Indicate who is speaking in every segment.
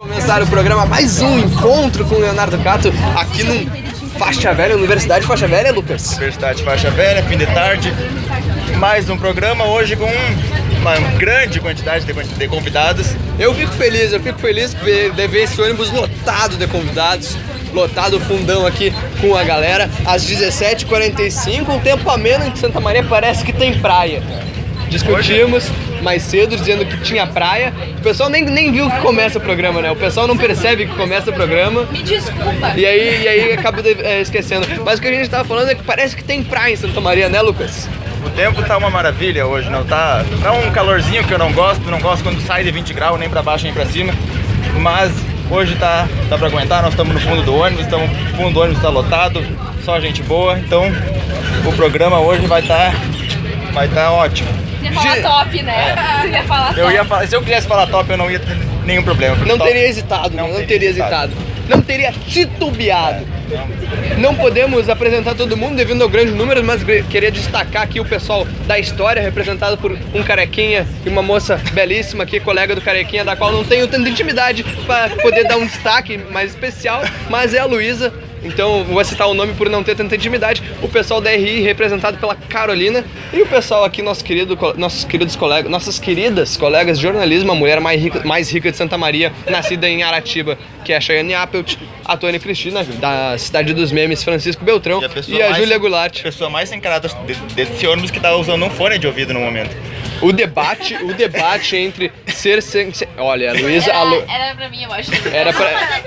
Speaker 1: começar o programa mais um encontro com o Leonardo Cato aqui no Faixa Velha, Universidade Faixa Velha, Lucas.
Speaker 2: Universidade Faixa Velha, fim de tarde. Mais um programa hoje com um, uma grande quantidade de, de convidados.
Speaker 1: Eu fico feliz, eu fico feliz de de ver esse ônibus lotado de convidados, lotado o fundão aqui com a galera. Às 17h45, um tempo ameno em Santa Maria parece que tem praia. Discutimos mais cedo dizendo que tinha praia. O pessoal nem, nem viu que começa o programa, né? O pessoal não percebe que começa o programa.
Speaker 3: Me desculpa.
Speaker 1: E aí, e aí acaba de- eh, esquecendo. Mas o que a gente tava falando é que parece que tem praia em Santa Maria, né, Lucas?
Speaker 2: O tempo tá uma maravilha hoje, não tá, tá um calorzinho que eu não gosto, não gosto quando sai de 20 graus, nem pra baixo nem pra cima. Mas hoje tá, dá pra aguentar, nós estamos no fundo do ônibus, estamos, o fundo do ônibus tá lotado, só gente boa, então o programa hoje vai estar vai tá ótimo.
Speaker 3: Você ia falar
Speaker 1: Gi-
Speaker 3: top, né?
Speaker 1: É.
Speaker 3: Você ia falar top.
Speaker 2: Eu ia falar, se eu quisesse falar top, eu não ia ter nenhum problema. porque
Speaker 1: Não
Speaker 2: top-
Speaker 1: teria hesitado, não,
Speaker 2: Não
Speaker 1: não
Speaker 2: teria
Speaker 1: teria hesitado.
Speaker 2: hesitado.
Speaker 1: Não teria titubeado. Não podemos apresentar todo mundo devido ao grande número, mas gre- queria destacar aqui o pessoal da história, representado por um carequinha e uma moça belíssima aqui, colega do carequinha, da qual não tenho tanta intimidade para poder dar um destaque mais especial, mas é a Luísa. Então vou citar o nome por não ter tanta intimidade. O pessoal da RI representado pela Carolina e o pessoal aqui, nosso querido, co- nossos queridos colegas, nossas queridas colegas de jornalismo, a mulher mais rica, mais rica de Santa Maria, nascida em Aratiba, que é a Cheyenne Appelt, a Tony Cristina, da cidade dos memes, Francisco Beltrão
Speaker 2: E
Speaker 1: e
Speaker 2: a,
Speaker 1: a,
Speaker 2: pessoa mais-
Speaker 1: Júlia
Speaker 2: a
Speaker 1: Goulart.
Speaker 2: pessoa mais sem caráter de- desse ônibus que tá usando um fone de ouvido no momento.
Speaker 1: O debate, o debate entre ser sem, ser- olha, a Luísa, a Lu-
Speaker 3: Era, era pra mim, eu acho.
Speaker 1: Era pra.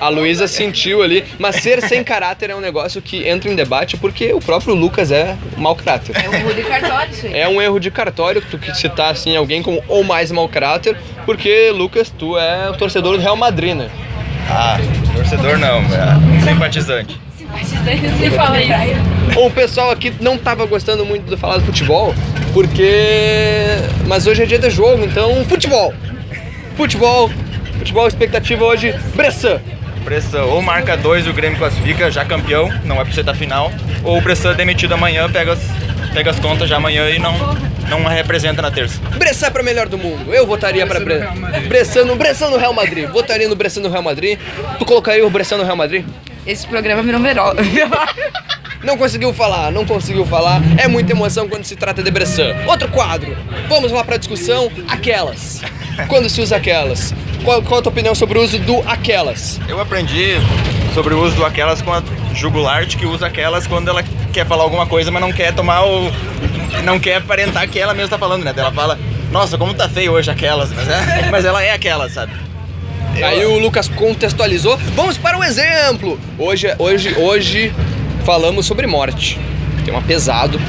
Speaker 1: A Luísa sentiu ali. Mas ser sem caráter é um negócio que entra em debate porque o próprio Lucas é mau caráter.
Speaker 3: É o Rudy Cartola isso aí.
Speaker 1: É um erro de cartório tu que citar assim alguém como ou mais mau caráter, porque Lucas, tu é o torcedor do Real Madrid, né?
Speaker 2: Ah, torcedor não, é um simpatizante.
Speaker 3: Simpatizante, você fala isso.
Speaker 1: O pessoal aqui não tava gostando muito do falar do futebol, porque. Mas hoje é dia de jogo, então. Futebol! Futebol! Futebol, expectativa hoje, Bressan!
Speaker 2: Bressan ou marca dois e o Grêmio classifica, já campeão, não é pra você da final, ou o Bressan é demitido amanhã, pega as, pega as contas já amanhã e não, não representa na terça.
Speaker 1: Bressan é pra melhor do mundo. Eu votaria pra Bressan. Bressan no, Bressan no Real Madrid. Votaria no Bressan no Real Madrid. Tu colocaria o Bressan no Real Madrid?
Speaker 3: Esse programa virou um verol.
Speaker 1: Não conseguiu falar, não conseguiu falar. É muita emoção quando se trata de Bressan. Outro quadro. Vamos lá pra discussão. Aquelas. Quando se usa aquelas? Qual, qual a tua opinião sobre o uso do aquelas?
Speaker 2: Eu aprendi sobre o uso do aquelas com a jugularte que usa aquelas quando ela quer falar alguma coisa, mas não quer tomar o. não quer aparentar que ela mesma tá falando, né? Daí Ela fala, nossa, como tá feio hoje aquelas, mas, é- mas ela é aquelas, sabe?
Speaker 1: Aí o Lucas contextualizou. Vamos para o exemplo. Hoje, hoje, hoje falamos sobre morte. Tema pesado.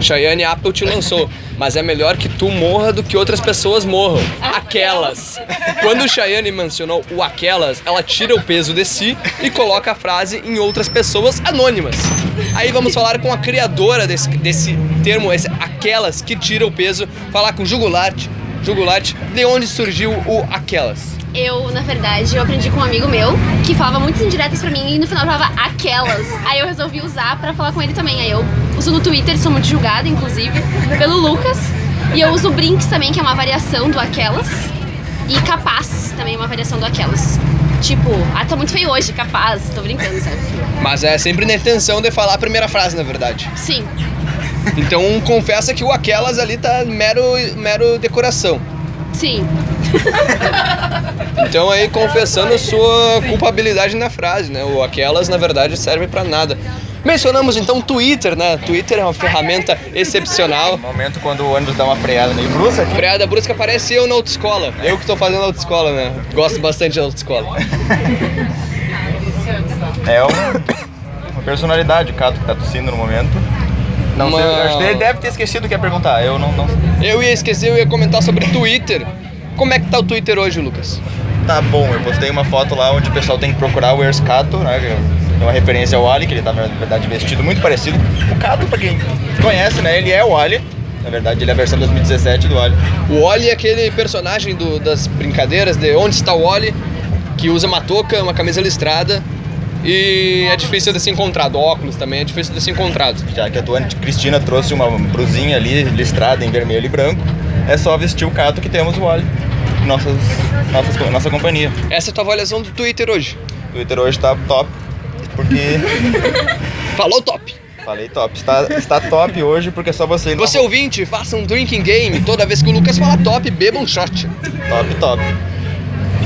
Speaker 1: Cheyenne Apple te lançou, mas é melhor que tu morra do que outras pessoas morram. Aquelas. Quando Cheyenne mencionou o aquelas, ela tira o peso de si e coloca a frase em outras pessoas anônimas. Aí vamos falar com a criadora desse, desse termo, esse aquelas que tira o peso, falar com Jugularte. Jugularte, de onde surgiu o aquelas?
Speaker 4: Eu, na verdade, eu aprendi com um amigo meu que falava muitas indiretas pra mim e no final falava aquelas. Aí eu resolvi usar pra falar com ele também. Aí eu uso no Twitter, sou muito julgada, inclusive, pelo Lucas. E eu uso Brinks também, que é uma variação do aquelas. E capaz também é uma variação do aquelas. Tipo, ah, tá muito feio hoje, capaz. Tô brincando, sabe?
Speaker 1: Mas é sempre na intenção de falar a primeira frase, na verdade.
Speaker 4: Sim.
Speaker 1: Então confessa que o aquelas ali tá mero, mero decoração.
Speaker 4: Sim.
Speaker 1: Então aí confessando sua culpabilidade na frase, né? O aquelas na verdade serve pra nada. Mencionamos então o Twitter, né? Twitter é uma ferramenta excepcional.
Speaker 2: No momento quando o ônibus dá uma freada meio bruxa,
Speaker 1: Freada brusca parece eu na autoescola. Eu que tô fazendo autoescola, né? Gosto bastante da autoescola.
Speaker 2: É um- uma personalidade, o Cato que tá tossindo no momento. Não sei,
Speaker 1: Uma-
Speaker 2: eu acho que é ele deve ter esquecido o que ia perguntar. Eu não, não.
Speaker 1: Eu ia esquecer, eu ia comentar sobre Twitter. Como é que tá o Twitter hoje, Lucas?
Speaker 2: Tá bom, eu postei uma foto lá onde o pessoal tem que procurar o Ers Cato, né? que É uma referência ao Ali, que ele tá na verdade vestido muito parecido. O Cato, pra quem conhece, né? Ele é o Ali. Na verdade, ele é a versão 2017 do Ali.
Speaker 1: O Oli é aquele personagem do- das brincadeiras de Onde está o Oli, que usa uma touca, uma camisa listrada e é difícil de ser encontrado. Óculos também é difícil de ser encontrado.
Speaker 2: Já que a tua Cristina trouxe uma brusinha ali listrada em vermelho e branco, é só vestir o Cato que temos o Ali. nossas, nossas, nossa companhia.
Speaker 1: Essa é a tua avaliação do Twitter hoje.
Speaker 2: O Twitter hoje tá top, porque.
Speaker 1: Falou top!
Speaker 2: Falei top. Está, está top hoje porque é só você.
Speaker 1: Você ouvinte, faça um drinking game. Toda vez que o Lucas fala top, beba um shot.
Speaker 2: Top, top.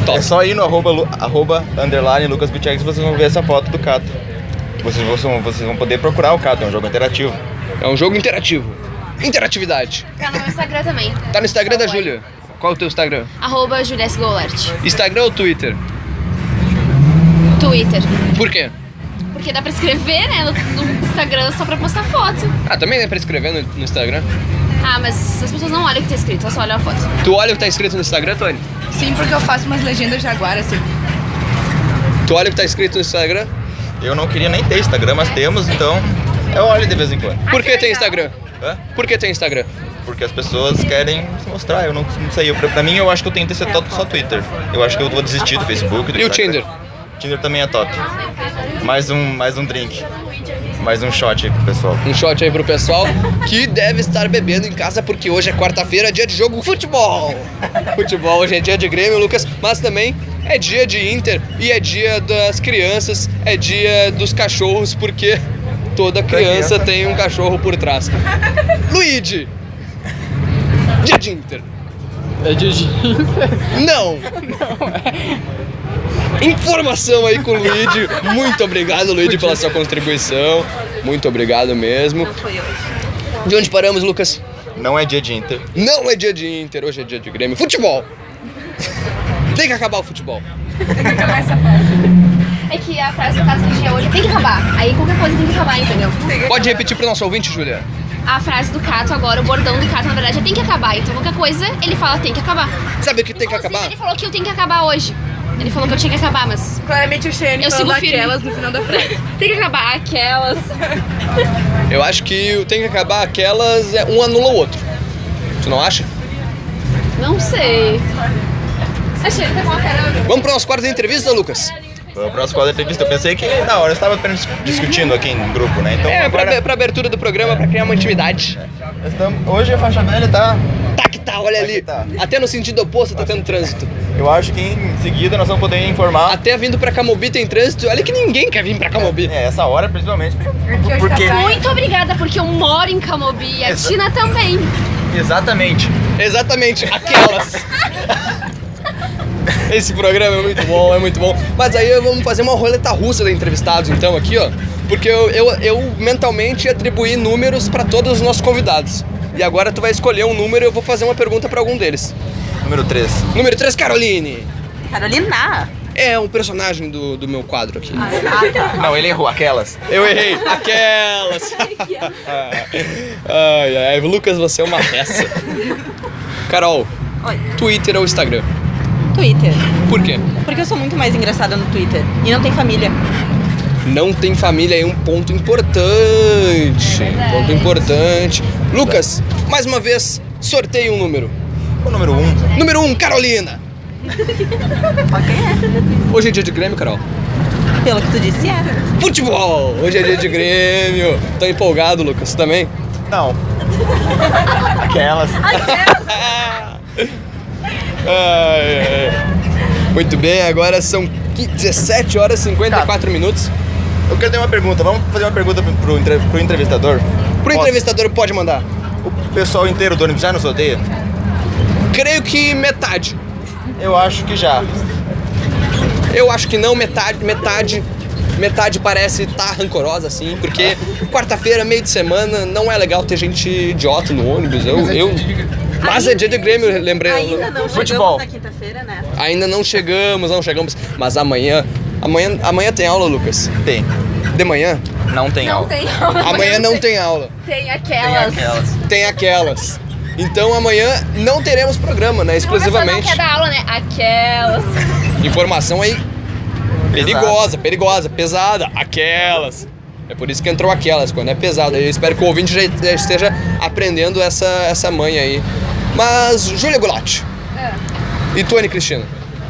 Speaker 1: Top.
Speaker 2: É só ir no arroba, lu- arroba underline Lucas Gutierrez vocês vão ver essa foto do Cato. Vocês, vocês vão- vocês vão poder procurar o Cato, é um jogo interativo.
Speaker 1: É um jogo interativo. Interatividade.
Speaker 4: Tá no meu Instagram também.
Speaker 1: Tá no Instagram da Júlia. Qual é o teu Instagram?
Speaker 4: Arroba Julia S. Goulart.
Speaker 1: Instagram ou Twitter?
Speaker 4: Twitter.
Speaker 1: Por quê?
Speaker 4: Porque dá pra escrever, né, no, no Instagram só pra postar foto.
Speaker 1: Ah, também dá pra escrever no, no Instagram.
Speaker 4: Ah, mas as pessoas não olham o que tá escrito, elas só olham a foto.
Speaker 1: Tu olha o que tá escrito no Instagram, Tony?
Speaker 3: Sim, porque eu faço umas legendas de agora, assim.
Speaker 1: Tu olha o que tá escrito no Instagram?
Speaker 2: Eu não queria nem ter Instagram, mas temos, então eu olho de vez em quando.
Speaker 1: Por
Speaker 4: Ah, que
Speaker 1: que tem
Speaker 4: legal.
Speaker 1: Instagram?
Speaker 2: Hã?
Speaker 1: Por que tem Instagram?
Speaker 2: Porque as pessoas querem se mostrar, eu não, não sei. Eu, pra, pra mim, eu acho que eu tenho que ser top só Twitter. Eu acho que eu vou desistir do Facebook. Do
Speaker 1: E o
Speaker 2: Instagram.
Speaker 1: Tinder?
Speaker 2: Tinder também é top. Mais um, mais um drink. Mais um shot aí pro pessoal.
Speaker 1: Um shot aí pro pessoal que deve estar bebendo em casa porque hoje é quarta-feira, dia de jogo futebol. Futebol hoje é dia de Grêmio, Lucas, mas também é dia de Inter e é dia das crianças, é dia dos cachorros porque toda criança
Speaker 2: criança.
Speaker 1: tem um cachorro por trás. Luigi. Dia de Inter.
Speaker 5: É de Inter.
Speaker 1: Não. Informação aí com o Luigi. Muito obrigado, Luigi, pela sua contribuição. Muito obrigado mesmo.
Speaker 3: Foi hoje.
Speaker 1: De onde paramos, Lucas?
Speaker 2: Não é dia de Inter.
Speaker 1: Não é dia de Inter, hoje é dia de Grêmio. Futebol! Tem que acabar o futebol.
Speaker 4: É que a frase do caso do dia hoje tem que acabar. Aí qualquer coisa tem que acabar, entendeu?
Speaker 1: Pode repetir pro nosso ouvinte, Julia?
Speaker 4: A frase do Cato agora, o bordão do Cato, na verdade, é tem que acabar. Então qualquer coisa, ele fala tem que acabar.
Speaker 1: Sabe o que tem que
Speaker 4: Inclusive,
Speaker 1: acabar?
Speaker 4: Ele falou que eu tenho que acabar hoje. Ele falou que eu tinha que acabar, mas.
Speaker 3: Claramente o Shane
Speaker 4: Eu
Speaker 3: falando
Speaker 4: sigo firme.
Speaker 3: aquelas no final da frase.
Speaker 4: Tem que acabar aquelas.
Speaker 1: Eu acho que o tem que acabar aquelas, é, um anula o outro. Tu não acha?
Speaker 4: Não sei. Achei ele tá com uma cara.
Speaker 1: Vamos pro nosso quarto de entrevista, Lucas?
Speaker 2: Foi a próxima da entrevista. Eu pensei que na hora eu estava apenas discutindo aqui em grupo, né? Então
Speaker 1: É, pra,
Speaker 2: agora.
Speaker 1: pra abertura do programa, pra criar uma intimidade.
Speaker 2: nós estamos- hoje a faixa velha tá.
Speaker 1: Tá que tá, olha ali.
Speaker 2: Tá que
Speaker 1: Até no sentido oposto tá tendo trânsito.
Speaker 2: Eu acho que em seguida nós vamos poder informar.
Speaker 1: Até vindo pra Camobi tem trânsito. Olha que ninguém quer vir pra Camobi.
Speaker 2: É, essa hora principalmente.
Speaker 3: hoje
Speaker 2: Porque.
Speaker 3: tá tarde.
Speaker 4: Muito obrigada, porque eu moro em Camobi e a
Speaker 2: Exa-
Speaker 4: Tina também.
Speaker 2: Exatamente.
Speaker 1: Exatamente, aquelas. Esse programa é muito bom, é muito bom. Mas aí vamos fazer uma roleta russa de entrevistados, então, aqui, ó. Porque eu, eu, eu mentalmente atribuí números pra todos os nossos convidados. E agora tu vai escolher um número e eu vou fazer uma pergunta pra algum deles.
Speaker 2: Número 3.
Speaker 1: Número 3, Caroline.
Speaker 6: Carolina!
Speaker 1: É um personagem do, do meu quadro aqui.
Speaker 2: Não, ele errou aquelas.
Speaker 1: Eu errei. Aquelas. ai, ai, Lucas, você é uma peça. Carol,
Speaker 6: Oi.
Speaker 1: Twitter ou Instagram?
Speaker 6: Twitter.
Speaker 1: Por quê?
Speaker 6: Porque eu sou muito mais engraçada no Twitter. E não tem família.
Speaker 1: Não tem família é um ponto
Speaker 6: É
Speaker 1: importante. ponto importante. Lucas, mais uma vez, sorteio um número.
Speaker 2: O número 1. Um.
Speaker 1: Número 1, um, Carolina. Hoje é dia de Grêmio, Carol.
Speaker 6: Pelo que tu disse, é.
Speaker 1: Futebol! Hoje é dia de Grêmio. Tô empolgado, Lucas, também?
Speaker 2: Não. Aquelas.
Speaker 1: Ai, ai. Muito bem, agora são 17 horas e 54 minutos.
Speaker 2: Eu quero ter uma pergunta. Vamos fazer uma pergunta pro, pro entre- pro entrevistador?
Speaker 1: Pro
Speaker 2: Posso?
Speaker 1: entrevistador pode mandar.
Speaker 2: O pessoal inteiro do ônibus já nos odeia?
Speaker 1: Creio que metade.
Speaker 2: Eu acho que já.
Speaker 1: Eu acho que não, metade, metade. Metade parece estar rancorosa, assim, porque quarta-feira, meio de semana, não é legal ter gente idiota no ônibus. Eu. eu... Mas é dia de Grêmio, eu lembrei.
Speaker 6: Ainda não
Speaker 2: Futebol.
Speaker 6: chegamos na quinta-feira, né?
Speaker 1: Ainda não chegamos, não chegamos. Mas amanhã. Amanhã, amanhã tem aula, Lucas.
Speaker 2: Tem.
Speaker 1: De manhã?
Speaker 2: Não tem
Speaker 4: Não
Speaker 2: álcool.
Speaker 4: tem.
Speaker 1: Amanhã não tem aula.
Speaker 4: Tem
Speaker 2: Tem
Speaker 4: aquelas.
Speaker 2: aquelas.
Speaker 1: Tem aquelas. Então amanhã não teremos programa, né?
Speaker 4: Não
Speaker 1: Exclusivamente.
Speaker 4: quer dar aula, né? Aquelas.
Speaker 1: Informação aí perigosa, perigosa, pesada, aquelas. É por isso que entrou aquelas, quando é pesada. Eu espero que o ouvinte já já esteja aprendendo essa, essa manha aí. Mas, Júlia Goulart e Tony Cristina,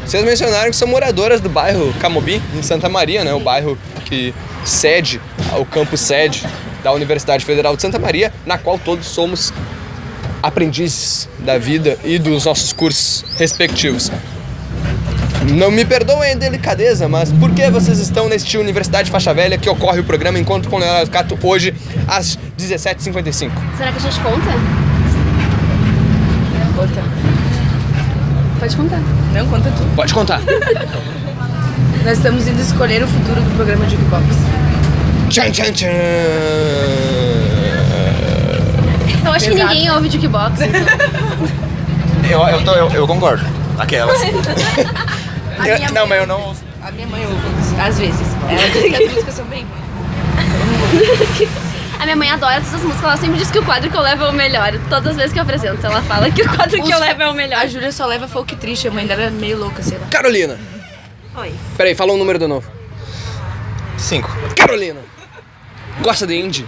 Speaker 1: vocês mencionaram que são moradoras do bairro Camobi, em Santa Maria, né? O bairro que sede, o campus sede da Universidade Federal de Santa Maria, na qual todos somos aprendizes da vida e dos nossos cursos respectivos. Não me perdoem a delicadeza, mas por que vocês estão neste Universidade Faixa Velha que ocorre o programa Encontro com Leonardo Cato hoje às 17h55?
Speaker 4: Será que a gente conta?
Speaker 3: Conta.
Speaker 4: Pode contar.
Speaker 3: Não, conta tudo.
Speaker 1: Pode contar.
Speaker 3: Nós estamos indo escolher o futuro do programa de Jukebox.
Speaker 1: tchan, tchan, tchan.
Speaker 4: Eu acho que
Speaker 3: Pesado.
Speaker 4: ninguém ouve jukebox.
Speaker 2: Eu, eu, tô- eu- eu concordo. Aquelas.
Speaker 3: A
Speaker 2: Eu-
Speaker 3: minha
Speaker 2: não,
Speaker 3: mãe-
Speaker 2: mas eu não ouço.
Speaker 3: A minha mãe ouve, É, às vezes. Ela diz que as músicas são bem
Speaker 4: A minha mãe adora todas as músicas, ela sempre diz que o quadro que eu levo é o melhor. Todas as vezes que eu apresento, ela fala que o quadro que eu levo é o
Speaker 3: A
Speaker 4: melhor.
Speaker 3: Júlia só leva folk triste, a mãe dela é meio louca, sei lá.
Speaker 1: Carolina.
Speaker 6: Oi.
Speaker 1: Peraí, fala um número de novo.
Speaker 2: Cinco.
Speaker 1: Carolina. Gosta de indie?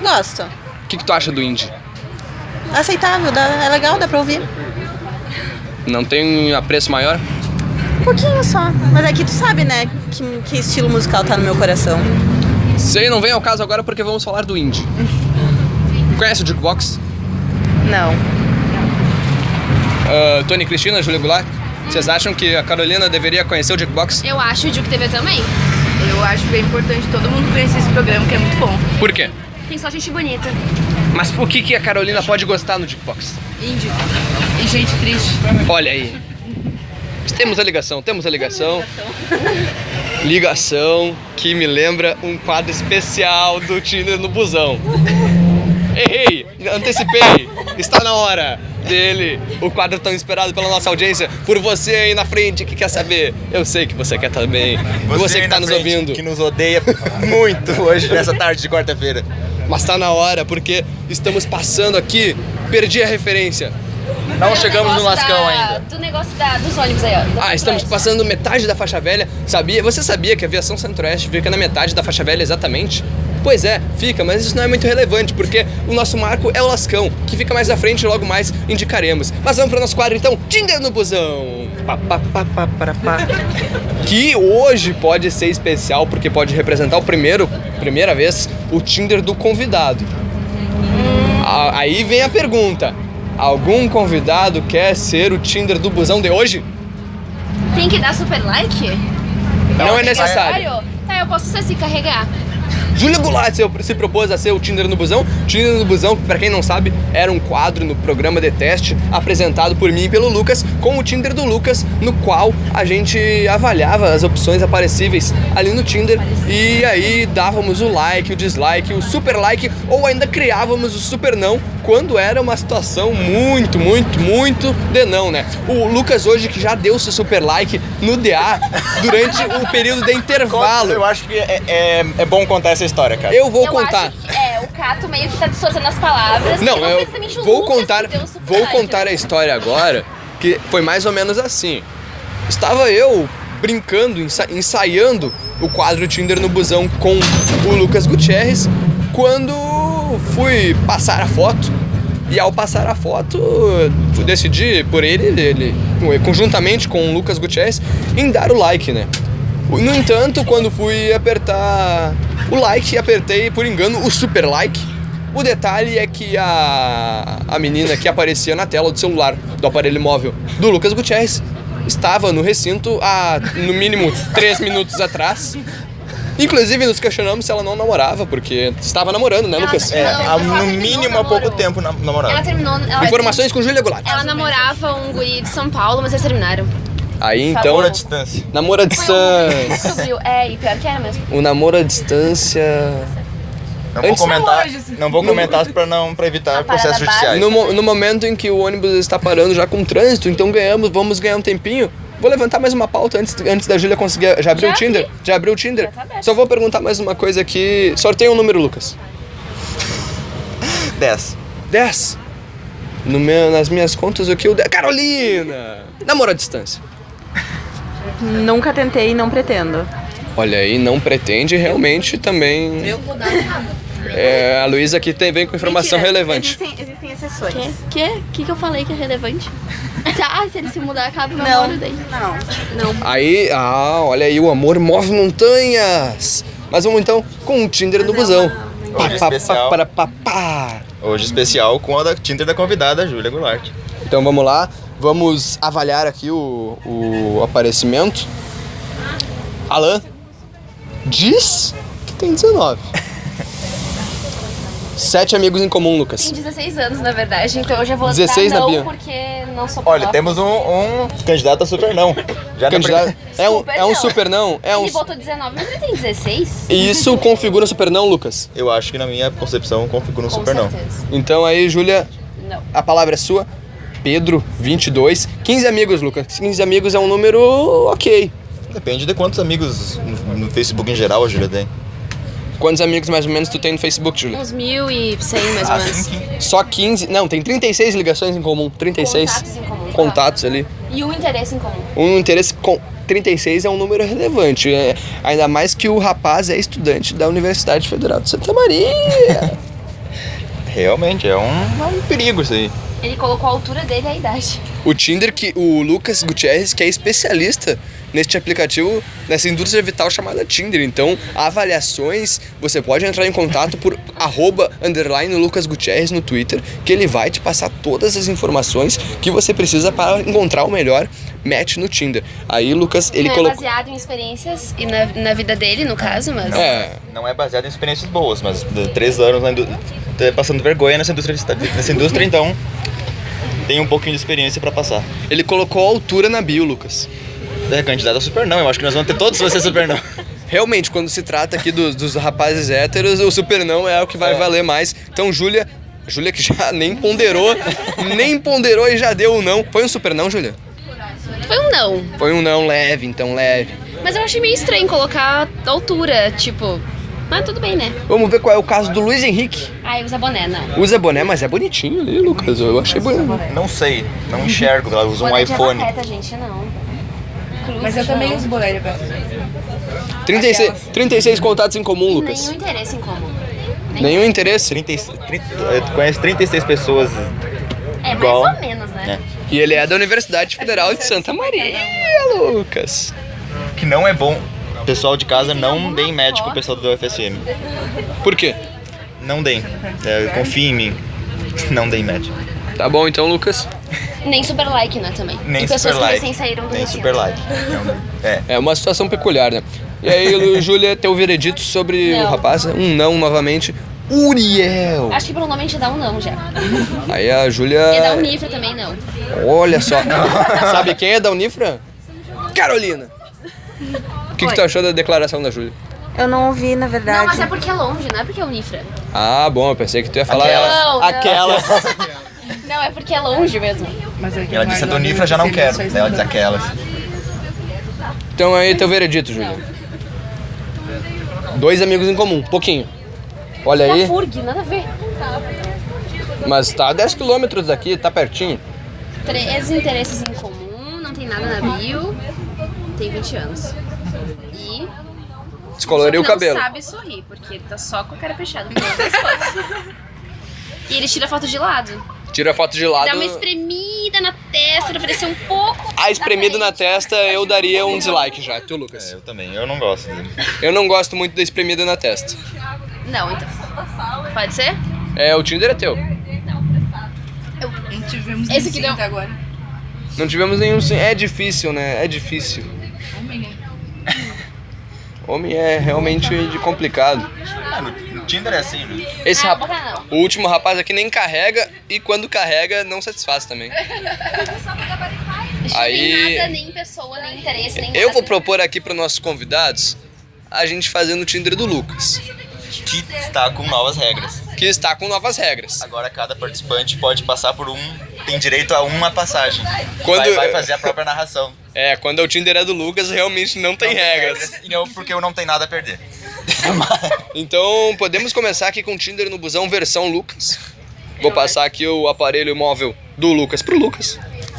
Speaker 6: Gosto.
Speaker 1: O que, que tu acha do indie?
Speaker 6: Aceitável, dá, é legal, dá pra ouvir.
Speaker 1: Não tem apreço maior?
Speaker 6: Um pouquinho só. Mas aqui tu sabe, né, que, que estilo musical tá no meu coração.
Speaker 1: Sei, não vem ao caso agora porque vamos falar do indie. Conhece o Jukebox?
Speaker 6: Não.
Speaker 1: Ah, Tony Cristina, Júlia Goulart? Vocês acham que a Carolina deveria conhecer o Jukebox?
Speaker 4: Eu acho o Juke TV também.
Speaker 3: Eu acho bem importante todo mundo conhecer esse programa, que é muito bom.
Speaker 1: Por quê?
Speaker 4: Tem só gente bonita.
Speaker 1: Mas por que, que a Carolina pode gostar no Jukebox?
Speaker 3: Índio. E gente triste.
Speaker 1: Olha aí. Temos a ligação, temos a ligação. Ligação que me lembra um quadro especial do Tinder no busão. Errei, antecipei. Está na hora dele, o quadro tão esperado pela nossa audiência, por você aí na frente que quer saber. Eu sei que você quer também. Você, você que
Speaker 2: aí
Speaker 1: está
Speaker 2: na
Speaker 1: nos
Speaker 2: frente,
Speaker 1: ouvindo.
Speaker 2: Que nos odeia muito hoje, nessa tarde de quarta-feira.
Speaker 1: Mas tá na hora, porque estamos passando aqui. Perdi a referência.
Speaker 2: Não
Speaker 4: Do
Speaker 2: chegamos no
Speaker 4: negócio
Speaker 2: Lascão
Speaker 4: da-
Speaker 2: ainda.
Speaker 4: Do negócio da- dos ônibus aí, ó. da
Speaker 1: Ah,
Speaker 4: Centro-Oeste.
Speaker 1: estamos passando metade da faixa velha. Sabia? Você sabia que a aviação centro-oeste fica na metade da faixa velha exatamente? Pois é, fica, mas isso não é muito relevante, porque o nosso marco é o Lascão, que fica mais à frente e logo mais indicaremos. Mas vamos para o nosso quadro então, Tinder no busão! Pá, pá, pá, pá, pará, pá. Que hoje pode ser especial, porque pode representar o primeiro, primeira vez, o Tinder do convidado. A- Aí vem a pergunta: algum convidado quer ser o Tinder do busão de hoje?
Speaker 4: Tem que dar super like?
Speaker 1: Não é necessário.
Speaker 4: Sério? Tá, eu posso só se carregar.
Speaker 1: Júlia Goulart se, se propôs a ser o Tinder no Busão. Tinder no Busão, pra quem não sabe, era um quadro no programa de teste apresentado por mim e pelo Lucas, com o Tinder do Lucas, no qual a gente avaliava as opções aparecíveis ali no Tinder e aí dávamos o like, o dislike, o super like ou ainda criávamos o super não quando era uma situação muito, muito, muito de não, né? O Lucas hoje que já deu seu super like no DA durante o período de intervalo.
Speaker 2: Eu acho que é, é- é bom contar essa história, cara.
Speaker 1: Eu vou
Speaker 4: eu
Speaker 1: contar.
Speaker 4: Acho que, é, o Cato meio que tá distorcendo as palavras.
Speaker 1: Não,
Speaker 4: porque foi
Speaker 1: eu
Speaker 4: exatamente o
Speaker 1: vou
Speaker 4: Lucas que
Speaker 1: contar,
Speaker 4: deu o super
Speaker 1: vou
Speaker 4: like,
Speaker 1: contar a
Speaker 4: né?
Speaker 1: história agora, que foi mais ou menos assim. Estava eu brincando, ensa- ensaiando o quadro Tinder no busão com o Lucas Gutierrez, quando fui passar a foto. E ao passar a foto, eu decidi por ele, ele conjuntamente com o Lucas Gutierrez, em dar o like, né? No entanto, quando fui apertar o like, apertei por engano o super like. O detalhe é que a, a menina que aparecia na tela do celular do aparelho móvel do Lucas Gutierrez estava no recinto há no mínimo 3 minutos atrás. Inclusive, nos questionamos se ela não namorava, porque estava namorando, né,
Speaker 4: Ela-
Speaker 1: Lucas?
Speaker 2: É,
Speaker 4: Não,
Speaker 2: há
Speaker 4: ela
Speaker 2: no
Speaker 4: terminou o
Speaker 2: mínimo há
Speaker 4: namoro.
Speaker 2: pouco tempo na-
Speaker 4: Ela
Speaker 2: namorado.
Speaker 4: terminou. Ela,
Speaker 1: É. Informações com Júlia Goulart.
Speaker 4: Ela namorava um guri de São Paulo, mas eles terminaram.
Speaker 1: Aí
Speaker 4: Tá
Speaker 1: então.
Speaker 4: bom.
Speaker 2: Namoro à distância.
Speaker 1: Namoro à
Speaker 4: Foi um
Speaker 1: distância.
Speaker 4: que descobriu. É, e pior que era mesmo.
Speaker 1: O namoro à distância.
Speaker 2: Não vou
Speaker 1: Antes-
Speaker 2: comentar,
Speaker 3: Não, hoje,
Speaker 2: não vou comentar pra, não, pra evitar
Speaker 4: A
Speaker 2: processos
Speaker 4: parada básica.
Speaker 2: judiciais.
Speaker 1: No, mo- no momento em que o ônibus está parando já com trânsito, então ganhamos, vamos ganhar um tempinho. Vou levantar mais uma pauta antes, antes da Júlia conseguir. Já abriu
Speaker 4: Já
Speaker 1: o Tinder?
Speaker 4: abri.
Speaker 1: Já abriu o Tinder?
Speaker 4: Já tá aberto.
Speaker 1: Só vou perguntar mais uma coisa aqui. Sorteia um número, Lucas.
Speaker 2: 10.
Speaker 1: 10. No meu, nas minhas contas, o que eu. de- Carolina! Namoro à distância.
Speaker 6: Nunca tentei e não pretendo.
Speaker 1: Olha aí, não pretende realmente também. Eu vou dar é, A Luísa aqui tem, vem com informação relevante.
Speaker 6: Existem, existem exceções.
Speaker 7: Quê? Quê? O que, que eu falei que é relevante? Se- ah, se ele se mudar, acaba o
Speaker 6: Não,
Speaker 7: namoro daí.
Speaker 6: não.
Speaker 1: Aí, ah, olha aí, o amor move montanhas. Mas vamos então com o Tinder do busão. Pá,
Speaker 2: Hoje
Speaker 1: pá, pá,
Speaker 2: especial.
Speaker 1: para, pá, pá.
Speaker 2: Hoje especial com a da Tinder da convidada, Júlia Goulart.
Speaker 1: Então vamos lá, vamos avaliar aqui o, o aparecimento. Alan diz que tem 19. Sete amigos em comum, Lucas.
Speaker 4: Tem 16 anos, na verdade, então eu já vou
Speaker 1: 16 na
Speaker 4: dar não
Speaker 1: bio.
Speaker 4: porque não sou
Speaker 2: Olha,
Speaker 4: pró.
Speaker 2: temos um, um candidato a super não. Já na
Speaker 1: Candidato. É um, é um
Speaker 4: não.
Speaker 1: super não? É um.
Speaker 4: Ele botou 19, mas ele tem 16?
Speaker 1: E isso configura super não, Lucas?
Speaker 2: Eu acho que na minha concepção configura um
Speaker 4: Com
Speaker 2: super não.
Speaker 4: certeza.
Speaker 1: Então aí, Júlia,
Speaker 4: Não.
Speaker 1: a palavra é sua. Pedro, 22. 15 amigos, Lucas. 15 amigos é um número ok.
Speaker 2: Depende de quantos amigos no, no Facebook em geral a Júlia tem.
Speaker 1: Quantos amigos mais ou menos tu tem no Facebook, Júlia?
Speaker 4: Uns 1.100, mais ou
Speaker 2: Ah,
Speaker 4: menos.
Speaker 1: Só 15. Não, tem 36 ligações em comum. 36
Speaker 4: Contatos em comum. tá.
Speaker 1: Contatos ali.
Speaker 4: E um interesse em comum.
Speaker 1: Um interesse com 36 é um número relevante. é- Ainda mais que o rapaz é estudante da Universidade Federal de Santa Maria.
Speaker 2: Realmente, é um, é um perigo isso aí.
Speaker 4: Ele colocou a altura dele e a idade.
Speaker 1: o Tinder que o Lucas Gutierrez, que é especialista neste aplicativo, nessa indústria vital chamada Tinder. Então, avaliações, você pode entrar em contato por arroba underline Lucas Gutierrez no Twitter, que ele vai te passar todas as informações que você precisa para encontrar o melhor match no Tinder. Aí, Lucas, ele
Speaker 4: não é
Speaker 1: colocou.
Speaker 4: baseado em experiências e na, na vida dele, no caso, mas...
Speaker 1: É,
Speaker 2: Não é baseado em experiências boas, mas de três anos na indú- tá passando vergonha nessa indústria, nessa indústria então tem um pouquinho de experiência pra passar.
Speaker 1: ele colocou a altura na bio, Lucas.
Speaker 2: É candidato a super não, eu acho que nós vamos ter todos vocês super não.
Speaker 1: Realmente, quando se trata aqui dos, dos rapazes héteros, o super não é o que vai valer mais. Então, Júlia, Júlia que já nem ponderou, nem ponderou e já deu um não. Foi um super não, Júlia?
Speaker 4: Foi um não.
Speaker 1: Foi um não leve, então leve.
Speaker 4: Mas eu achei meio estranho colocar a altura, tipo... Mas tudo bem, né?
Speaker 1: Vamos ver qual é o caso do Luiz Henrique.
Speaker 4: Ai, usa boné, não.
Speaker 1: Usa boné, mas é bonitinho ali, Lucas. Eu achei bonito.
Speaker 2: Não sei, não enxergo, ela usa um
Speaker 4: Boné de
Speaker 2: iPhone.
Speaker 4: abarreta, gente, não. Cruz,
Speaker 3: Mas eu também
Speaker 4: não.
Speaker 3: uso boleiro, velho.
Speaker 1: 36, 36 contatos em comum, Lucas.
Speaker 4: Nenhum interesse em comum.
Speaker 1: Nenhum interesse.
Speaker 2: 36, 30, eh, tu conhece 36 pessoas.
Speaker 4: É, mais
Speaker 2: Igual.
Speaker 4: ou menos, né?
Speaker 1: E ele é da Universidade Federal de Santa Maria, Lucas.
Speaker 2: Que não é bom. Pessoal de casa, não
Speaker 4: alguma
Speaker 2: deem médico pro
Speaker 4: foto?
Speaker 2: pessoal do UFSM.
Speaker 1: Por quê?
Speaker 2: Não deem. É, confia em mim. Não deem médico.
Speaker 1: Tá bom então, Lucas.
Speaker 4: Nem super like, né, também.
Speaker 2: É. Nem
Speaker 4: e pessoas
Speaker 2: super like.
Speaker 4: que recém saíram do
Speaker 2: Nem
Speaker 4: ensino.
Speaker 2: super like. É.
Speaker 1: É uma situação peculiar, né? E aí, Lu- Júlia, teu veredito sobre o
Speaker 4: Não.
Speaker 1: rapaz? Um não novamente. Uriel!
Speaker 4: Acho que provavelmente dá um não já.
Speaker 1: Aí a
Speaker 4: E dá um
Speaker 1: Júlia.
Speaker 4: nível também, não.
Speaker 1: É Olha só. Sabe quem é da Unifra? Carolina! O que, que tu achou da declaração da Júlia?
Speaker 6: Eu não ouvi, na
Speaker 4: Não,
Speaker 6: verdade.
Speaker 4: mas é porque é longe, não é porque é Unifra.
Speaker 1: Ah, bom, eu pensei que tu ia falar.
Speaker 2: Aquelas.
Speaker 4: Não, não.
Speaker 1: Aquelas.
Speaker 4: Não, é porque é longe mesmo.
Speaker 2: Ela disse a Donifra já não quero. Daí Ela diz aquelas.
Speaker 1: Então aí, teu veredito, Júlia. Dois amigos em comum, pouquinho. Olha
Speaker 4: É
Speaker 1: aí,
Speaker 4: FURG, nada a ver.
Speaker 1: mas tá a 10 quilômetros daqui, tá pertinho.
Speaker 4: Três interesses em comum, não tem nada na bio. Tem 20 anos. E.
Speaker 1: Descoloriu o
Speaker 4: não
Speaker 1: cabelo.
Speaker 4: sabe sorrir, porque ele tá só com a cara fechada. com todas as fotos. E ele tira foto de lado.
Speaker 1: Tira a foto de lado.
Speaker 4: Dá uma espremida na testa, pra parecer um pouco.
Speaker 1: A espremida na
Speaker 4: frente.
Speaker 1: testa eu daria um dislike já, tu, Lucas.
Speaker 2: Eu também, eu não gosto dele.
Speaker 1: Eu não gosto muito da espremida na testa.
Speaker 4: Não, então. Pode ser?
Speaker 1: É, o Tinder é teu.
Speaker 3: Não tivemos
Speaker 4: Esse aqui
Speaker 3: nem
Speaker 4: deu-
Speaker 3: até agora.
Speaker 1: Não tivemos nenhum sim. É difícil, né? É difícil. Homem é realmente de complicado.
Speaker 2: Ah, no Tinder é assim, né?
Speaker 1: Esse
Speaker 4: Ah,
Speaker 1: rapaz.
Speaker 4: boca não.
Speaker 1: O último rapaz aqui nem carrega e quando carrega não satisfaz também.
Speaker 4: Acho que
Speaker 1: Aí-
Speaker 4: Nem nada, nem pessoa, nem interesse, nem
Speaker 1: Eu
Speaker 4: nada.
Speaker 1: vou propor aqui para nossos convidados a gente fazendo o Tinder do Lucas,
Speaker 2: Que está tá com novas regras.
Speaker 1: que está com novas regras.
Speaker 2: Agora cada participante pode passar por um. Tem direito a uma passagem.
Speaker 1: Quando-
Speaker 2: Vai, vai fazer a própria narração.
Speaker 1: É, quando é o Tinder é do Lucas, realmente não tem regras.
Speaker 2: E não, porque eu não tenho nada a perder.
Speaker 1: Então, podemos começar aqui com o Tinder no busão versão Lucas. Vou passar aqui o aparelho móvel do Lucas pro Lucas.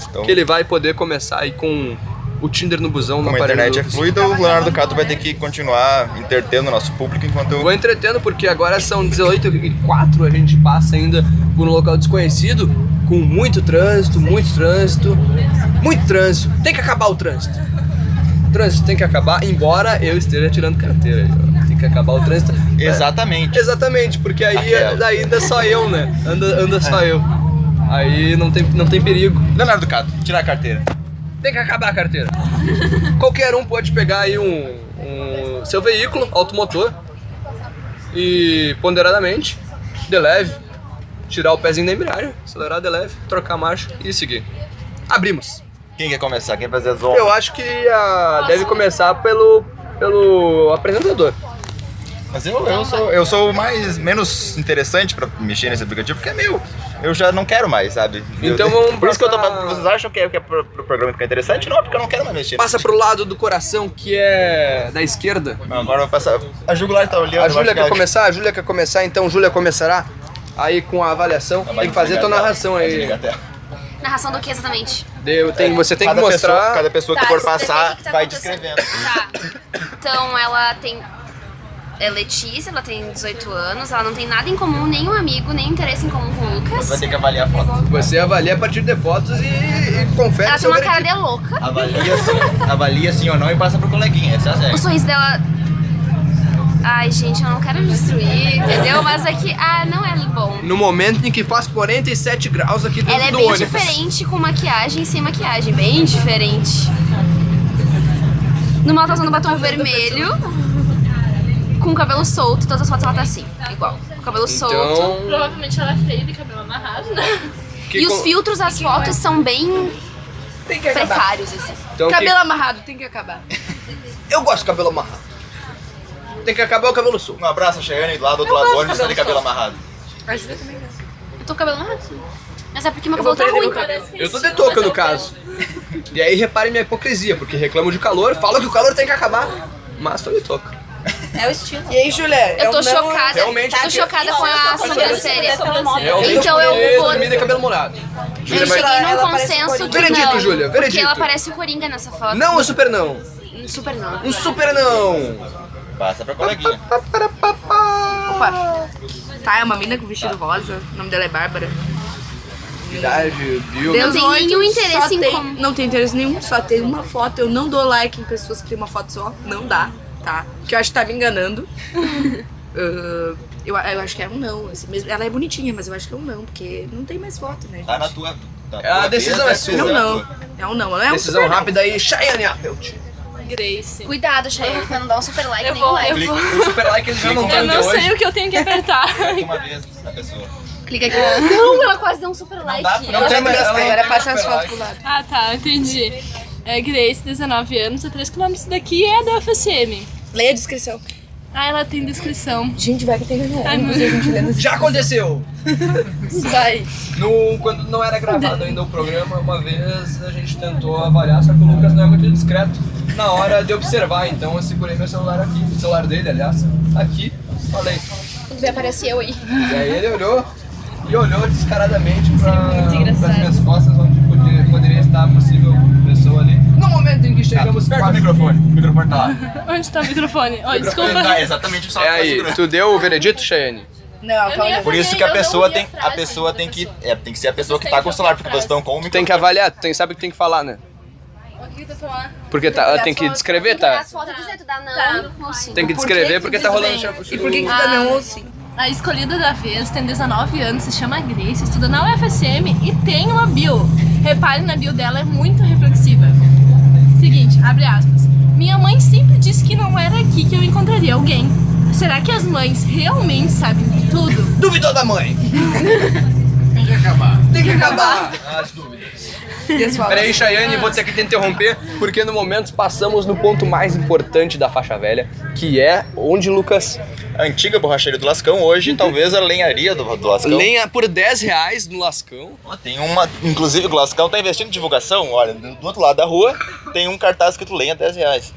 Speaker 2: Então-
Speaker 1: Que ele vai poder começar aí com o Tinder no busão no
Speaker 2: Como a
Speaker 1: aparelho
Speaker 2: internet é
Speaker 1: do Lucas.
Speaker 2: fluida, o Leonardo Cato vai ter que continuar entretendo o nosso público enquanto eu.
Speaker 1: Vou entretendo porque agora são 18 e 4, a gente passa ainda por um local desconhecido, com muito trânsito, muito trânsito, muito trânsito. Tem que acabar o trânsito. O trânsito tem que acabar, embora eu esteja tirando carteira. aí, ó. Tem que acabar o trânsito.
Speaker 2: Exatamente.
Speaker 1: Exatamente, porque aí
Speaker 2: Aquela.
Speaker 1: aí ainda é só eu, né? Anda, anda só eu. Aí não tem, não tem perigo.
Speaker 2: Leonardo Cato, tirar a carteira.
Speaker 1: Tem que acabar a carteira. Qualquer um pode pegar aí um, um- seu veículo automotor e ponderadamente, de leve, tirar o pezinho da embreagem, acelerar de leve, trocar a marcha e seguir. Abrimos.
Speaker 2: Quem quer começar? Quem fazer as honras?
Speaker 1: Eu acho que a- deve começar pelo, pelo apresentador.
Speaker 2: Mas eu, eu sou eu sou o mais menos interessante pra mexer nesse aplicativo, porque é meu. Eu já não quero mais, sabe? Eu-
Speaker 1: Então vamos
Speaker 2: Por isso que eu tô
Speaker 1: passar-
Speaker 2: pra- vocês acham que é, que é pro, pro programa ficar interessante? Não, porque eu não quero mais mexer.
Speaker 1: Passa pro lado do coração que é da esquerda.
Speaker 2: Não, agora eu vou passar. A jugular tá olhando.
Speaker 1: A
Speaker 2: eu acho
Speaker 1: Júlia
Speaker 2: que ela-
Speaker 1: quer começar? A Júlia quer começar, então Júlia começará aí com a avaliação.
Speaker 2: ela vai
Speaker 1: Tem que fazer a tua
Speaker 2: desligar a tela.
Speaker 1: narração
Speaker 2: Vai
Speaker 1: aí.
Speaker 2: desligar a tela.
Speaker 4: Narração do que exatamente?
Speaker 1: Deu, tem, você tem
Speaker 2: Cada
Speaker 1: que
Speaker 2: pessoa-
Speaker 1: mostrar.
Speaker 2: cada pessoa que
Speaker 4: Tá,
Speaker 2: for
Speaker 4: isso daqui
Speaker 2: passar
Speaker 4: que tá
Speaker 2: vai
Speaker 4: acontecendo.
Speaker 2: descrevendo.
Speaker 4: Tá. Então ela tem. É Letícia, ela tem 18 anos, ela não tem nada em comum, nenhum amigo, nem interesse em comum com o
Speaker 2: Vai
Speaker 4: Lucas.
Speaker 2: ter que avaliar a foto.
Speaker 1: Você avalia a partir de fotos e, e confere
Speaker 4: Ela tem uma
Speaker 1: sobre
Speaker 4: cara
Speaker 1: aquilo.
Speaker 4: de louca.
Speaker 2: Avalia sim, avalia sim ou não e passa pro coleguinha. Essa é a
Speaker 4: O
Speaker 2: regra.
Speaker 4: sorriso dela. Ai, gente, eu não quero destruir, entendeu? Mas é que. Ah, não é bom.
Speaker 1: No momento em que faz 47 graus aqui dentro
Speaker 4: Ela é
Speaker 1: do
Speaker 4: bem
Speaker 1: ônibus.
Speaker 4: diferente com maquiagem e sem maquiagem. Bem diferente. Numa ela tá usando batom vermelho, com o cabelo solto, todas as fotos ela tá assim, igual. Com o cabelo solto.
Speaker 1: Então,
Speaker 7: Provavelmente ela é feia de cabelo amarrado, né?
Speaker 1: que
Speaker 4: e os
Speaker 1: co-
Speaker 4: filtros das fotos são bem
Speaker 3: Tem que acabar.
Speaker 4: precários, assim.
Speaker 1: então que-
Speaker 3: Cabelo amarrado, tem que acabar.
Speaker 1: Eu gosto de cabelo amarrado. Tem que acabar o cabelo solto.
Speaker 2: Um abraço, Cheyenne, do lado do outro lado do ônibus, tá de cabelo amarrado.
Speaker 3: Ajuda também. não.
Speaker 4: Eu tô com cabelo amarrado. Mas é porque meu cabelo tá ruim.
Speaker 1: Eu tô de touca,
Speaker 4: é
Speaker 1: no caso. E aí reparem minha hipocrisia, porque reclamo de calor, falo que o calor tem que acabar, mas tô de touca.
Speaker 6: É o estilo.
Speaker 3: E aí, Julia?
Speaker 4: Eu tô
Speaker 3: não-
Speaker 4: chocada.
Speaker 1: realmente
Speaker 4: Tô
Speaker 1: porque-
Speaker 4: chocada com a sobrancelha.
Speaker 1: Realmente,
Speaker 3: é
Speaker 4: Então eu
Speaker 1: porque
Speaker 4: vou-
Speaker 1: dormi de cabelo molhado.
Speaker 4: Eu
Speaker 1: Júlia, mas-
Speaker 4: cheguei num
Speaker 3: Ela parece um
Speaker 4: consenso que
Speaker 1: Veredito,
Speaker 4: não.
Speaker 1: Júlia,
Speaker 4: Porque
Speaker 1: veredito.
Speaker 4: ela parece o Coringa nessa foto.
Speaker 1: Não, um super não.
Speaker 4: Super não.
Speaker 1: Um super não.
Speaker 2: Passa pra coleguinha.
Speaker 3: Opa. Tá, é uma mina com vestido rosa. O nome dela é Bárbara.
Speaker 1: Idade, bio.
Speaker 4: Deus- tem
Speaker 3: 18,
Speaker 4: nenhum interesse
Speaker 3: só
Speaker 4: em
Speaker 3: tem-
Speaker 4: como.
Speaker 3: Não tem interesse nenhum, só tem uma foto. Eu não dou like em pessoas que têm uma foto só. Não dá, tá? Que eu acho que tá me enganando. Uh, eu, eu acho que é um não. assim, mesmo- ela é bonitinha, mas eu acho que é um não, porque não tem mais foto, né?
Speaker 2: Tá na
Speaker 3: gente?
Speaker 2: tua. na
Speaker 1: A
Speaker 2: tua
Speaker 1: decisão
Speaker 2: vez,
Speaker 1: é
Speaker 2: a
Speaker 1: sua.
Speaker 3: É
Speaker 2: decisão
Speaker 3: um
Speaker 2: é
Speaker 3: não.
Speaker 2: tua.
Speaker 3: É um não. Não é um
Speaker 1: Decisão
Speaker 3: super não.
Speaker 1: rápida aí, Cheyenne Appelt.
Speaker 7: Grace.
Speaker 4: Cuidado, Cheyenne, pra não dar um super like
Speaker 7: Eu
Speaker 4: nem
Speaker 7: vou,
Speaker 4: um like.
Speaker 7: eu vou.
Speaker 1: O super like eles já não
Speaker 7: Eu
Speaker 1: estão de
Speaker 7: não sei
Speaker 1: hoje.
Speaker 7: o que eu tenho que apertar.
Speaker 2: Uma vez na pessoa. Tá?
Speaker 4: Clica aqui. Não, ela quase deu um super like.
Speaker 2: Não tem mais. ela não
Speaker 3: Agora
Speaker 2: tem
Speaker 3: passa as
Speaker 2: mais
Speaker 3: fotos pro lado.
Speaker 7: Ah, tá, entendi. É Grace, 19 anos, a 3 km daqui é da UFSM.
Speaker 3: Leia a descrição.
Speaker 7: Ah, ela tem descrição.
Speaker 3: Gente, vai que tem
Speaker 7: Ai, meu
Speaker 1: Já aconteceu!
Speaker 3: Vai.
Speaker 1: No, quando não era gravado ainda o programa, uma vez a gente tentou avaliar, só que o Lucas não é muito discreto na hora de observar. Então eu segurei meu celular aqui, o celular dele, aliás, aqui, falei.
Speaker 4: Quando vê, aparece eu aí.
Speaker 1: E aí ele olhou e olhou descaradamente para as minhas costas, onde poderia, poderia estar a possível pessoa ali. No momento em que chegamos
Speaker 2: Perto do
Speaker 1: quase-
Speaker 2: microfone. O microfone tá lá.
Speaker 7: Onde tá o microfone? Ó, desculpa.
Speaker 2: Tá, exatamente
Speaker 1: É
Speaker 2: o salto tá segurando.
Speaker 1: tu deu o veredito, Cheyenne?
Speaker 3: Não,
Speaker 7: Eu
Speaker 3: calma.
Speaker 7: ia-
Speaker 2: Por isso que
Speaker 7: Eu
Speaker 2: a
Speaker 7: não
Speaker 2: pessoa
Speaker 7: vi a
Speaker 2: tem. A
Speaker 7: frase né,
Speaker 2: pessoa
Speaker 7: ainda
Speaker 2: tem
Speaker 7: da
Speaker 2: que.
Speaker 7: pessoa.
Speaker 2: É, tem que ser a pessoa que
Speaker 7: Vocês
Speaker 2: tá
Speaker 7: têm
Speaker 2: com o
Speaker 7: que
Speaker 2: celular,
Speaker 7: ouvir
Speaker 2: porque
Speaker 7: a
Speaker 2: vocês
Speaker 7: frase.
Speaker 2: estão com o microfone.
Speaker 1: Tem que avaliar, tu tem, sabe que tem que falar, né?
Speaker 7: O que que eu tô falando?
Speaker 1: Porque tá, ela tem que descrever, tá?
Speaker 4: As fotos dizer, tu dá não, não sim.
Speaker 1: Tem que descrever porque tá rolando chapa.
Speaker 3: E por que que tu tá não ou sim?
Speaker 7: A escolhida da vez tem 19 anos, se chama Grace, estuda na UFSM e tem uma bio. Repare na bio dela, é muito reflexiva. Seguinte, abre aspas. Minha mãe sempre disse que não era aqui que eu encontraria alguém. Será que as mães realmente sabem de tudo?
Speaker 1: Duvidou da mãe! Tem que acabar. Tem que acabar! As dúvidas.
Speaker 3: E as fotos?
Speaker 1: Peraí, Chayane, vou ter que te interromper, porque no momento passamos no ponto mais importante da faixa velha, que é onde, Lucas?
Speaker 2: A antiga borracharia do Lascão, hoje talvez a lenharia do, do Lascão.
Speaker 1: Lenha por 10 reais no Lascão.
Speaker 2: Ó, Tem uma. Inclusive o Lascão tá investindo em divulgação. Olha, do outro lado da rua tem um cartaz escrito lenha 10 reais.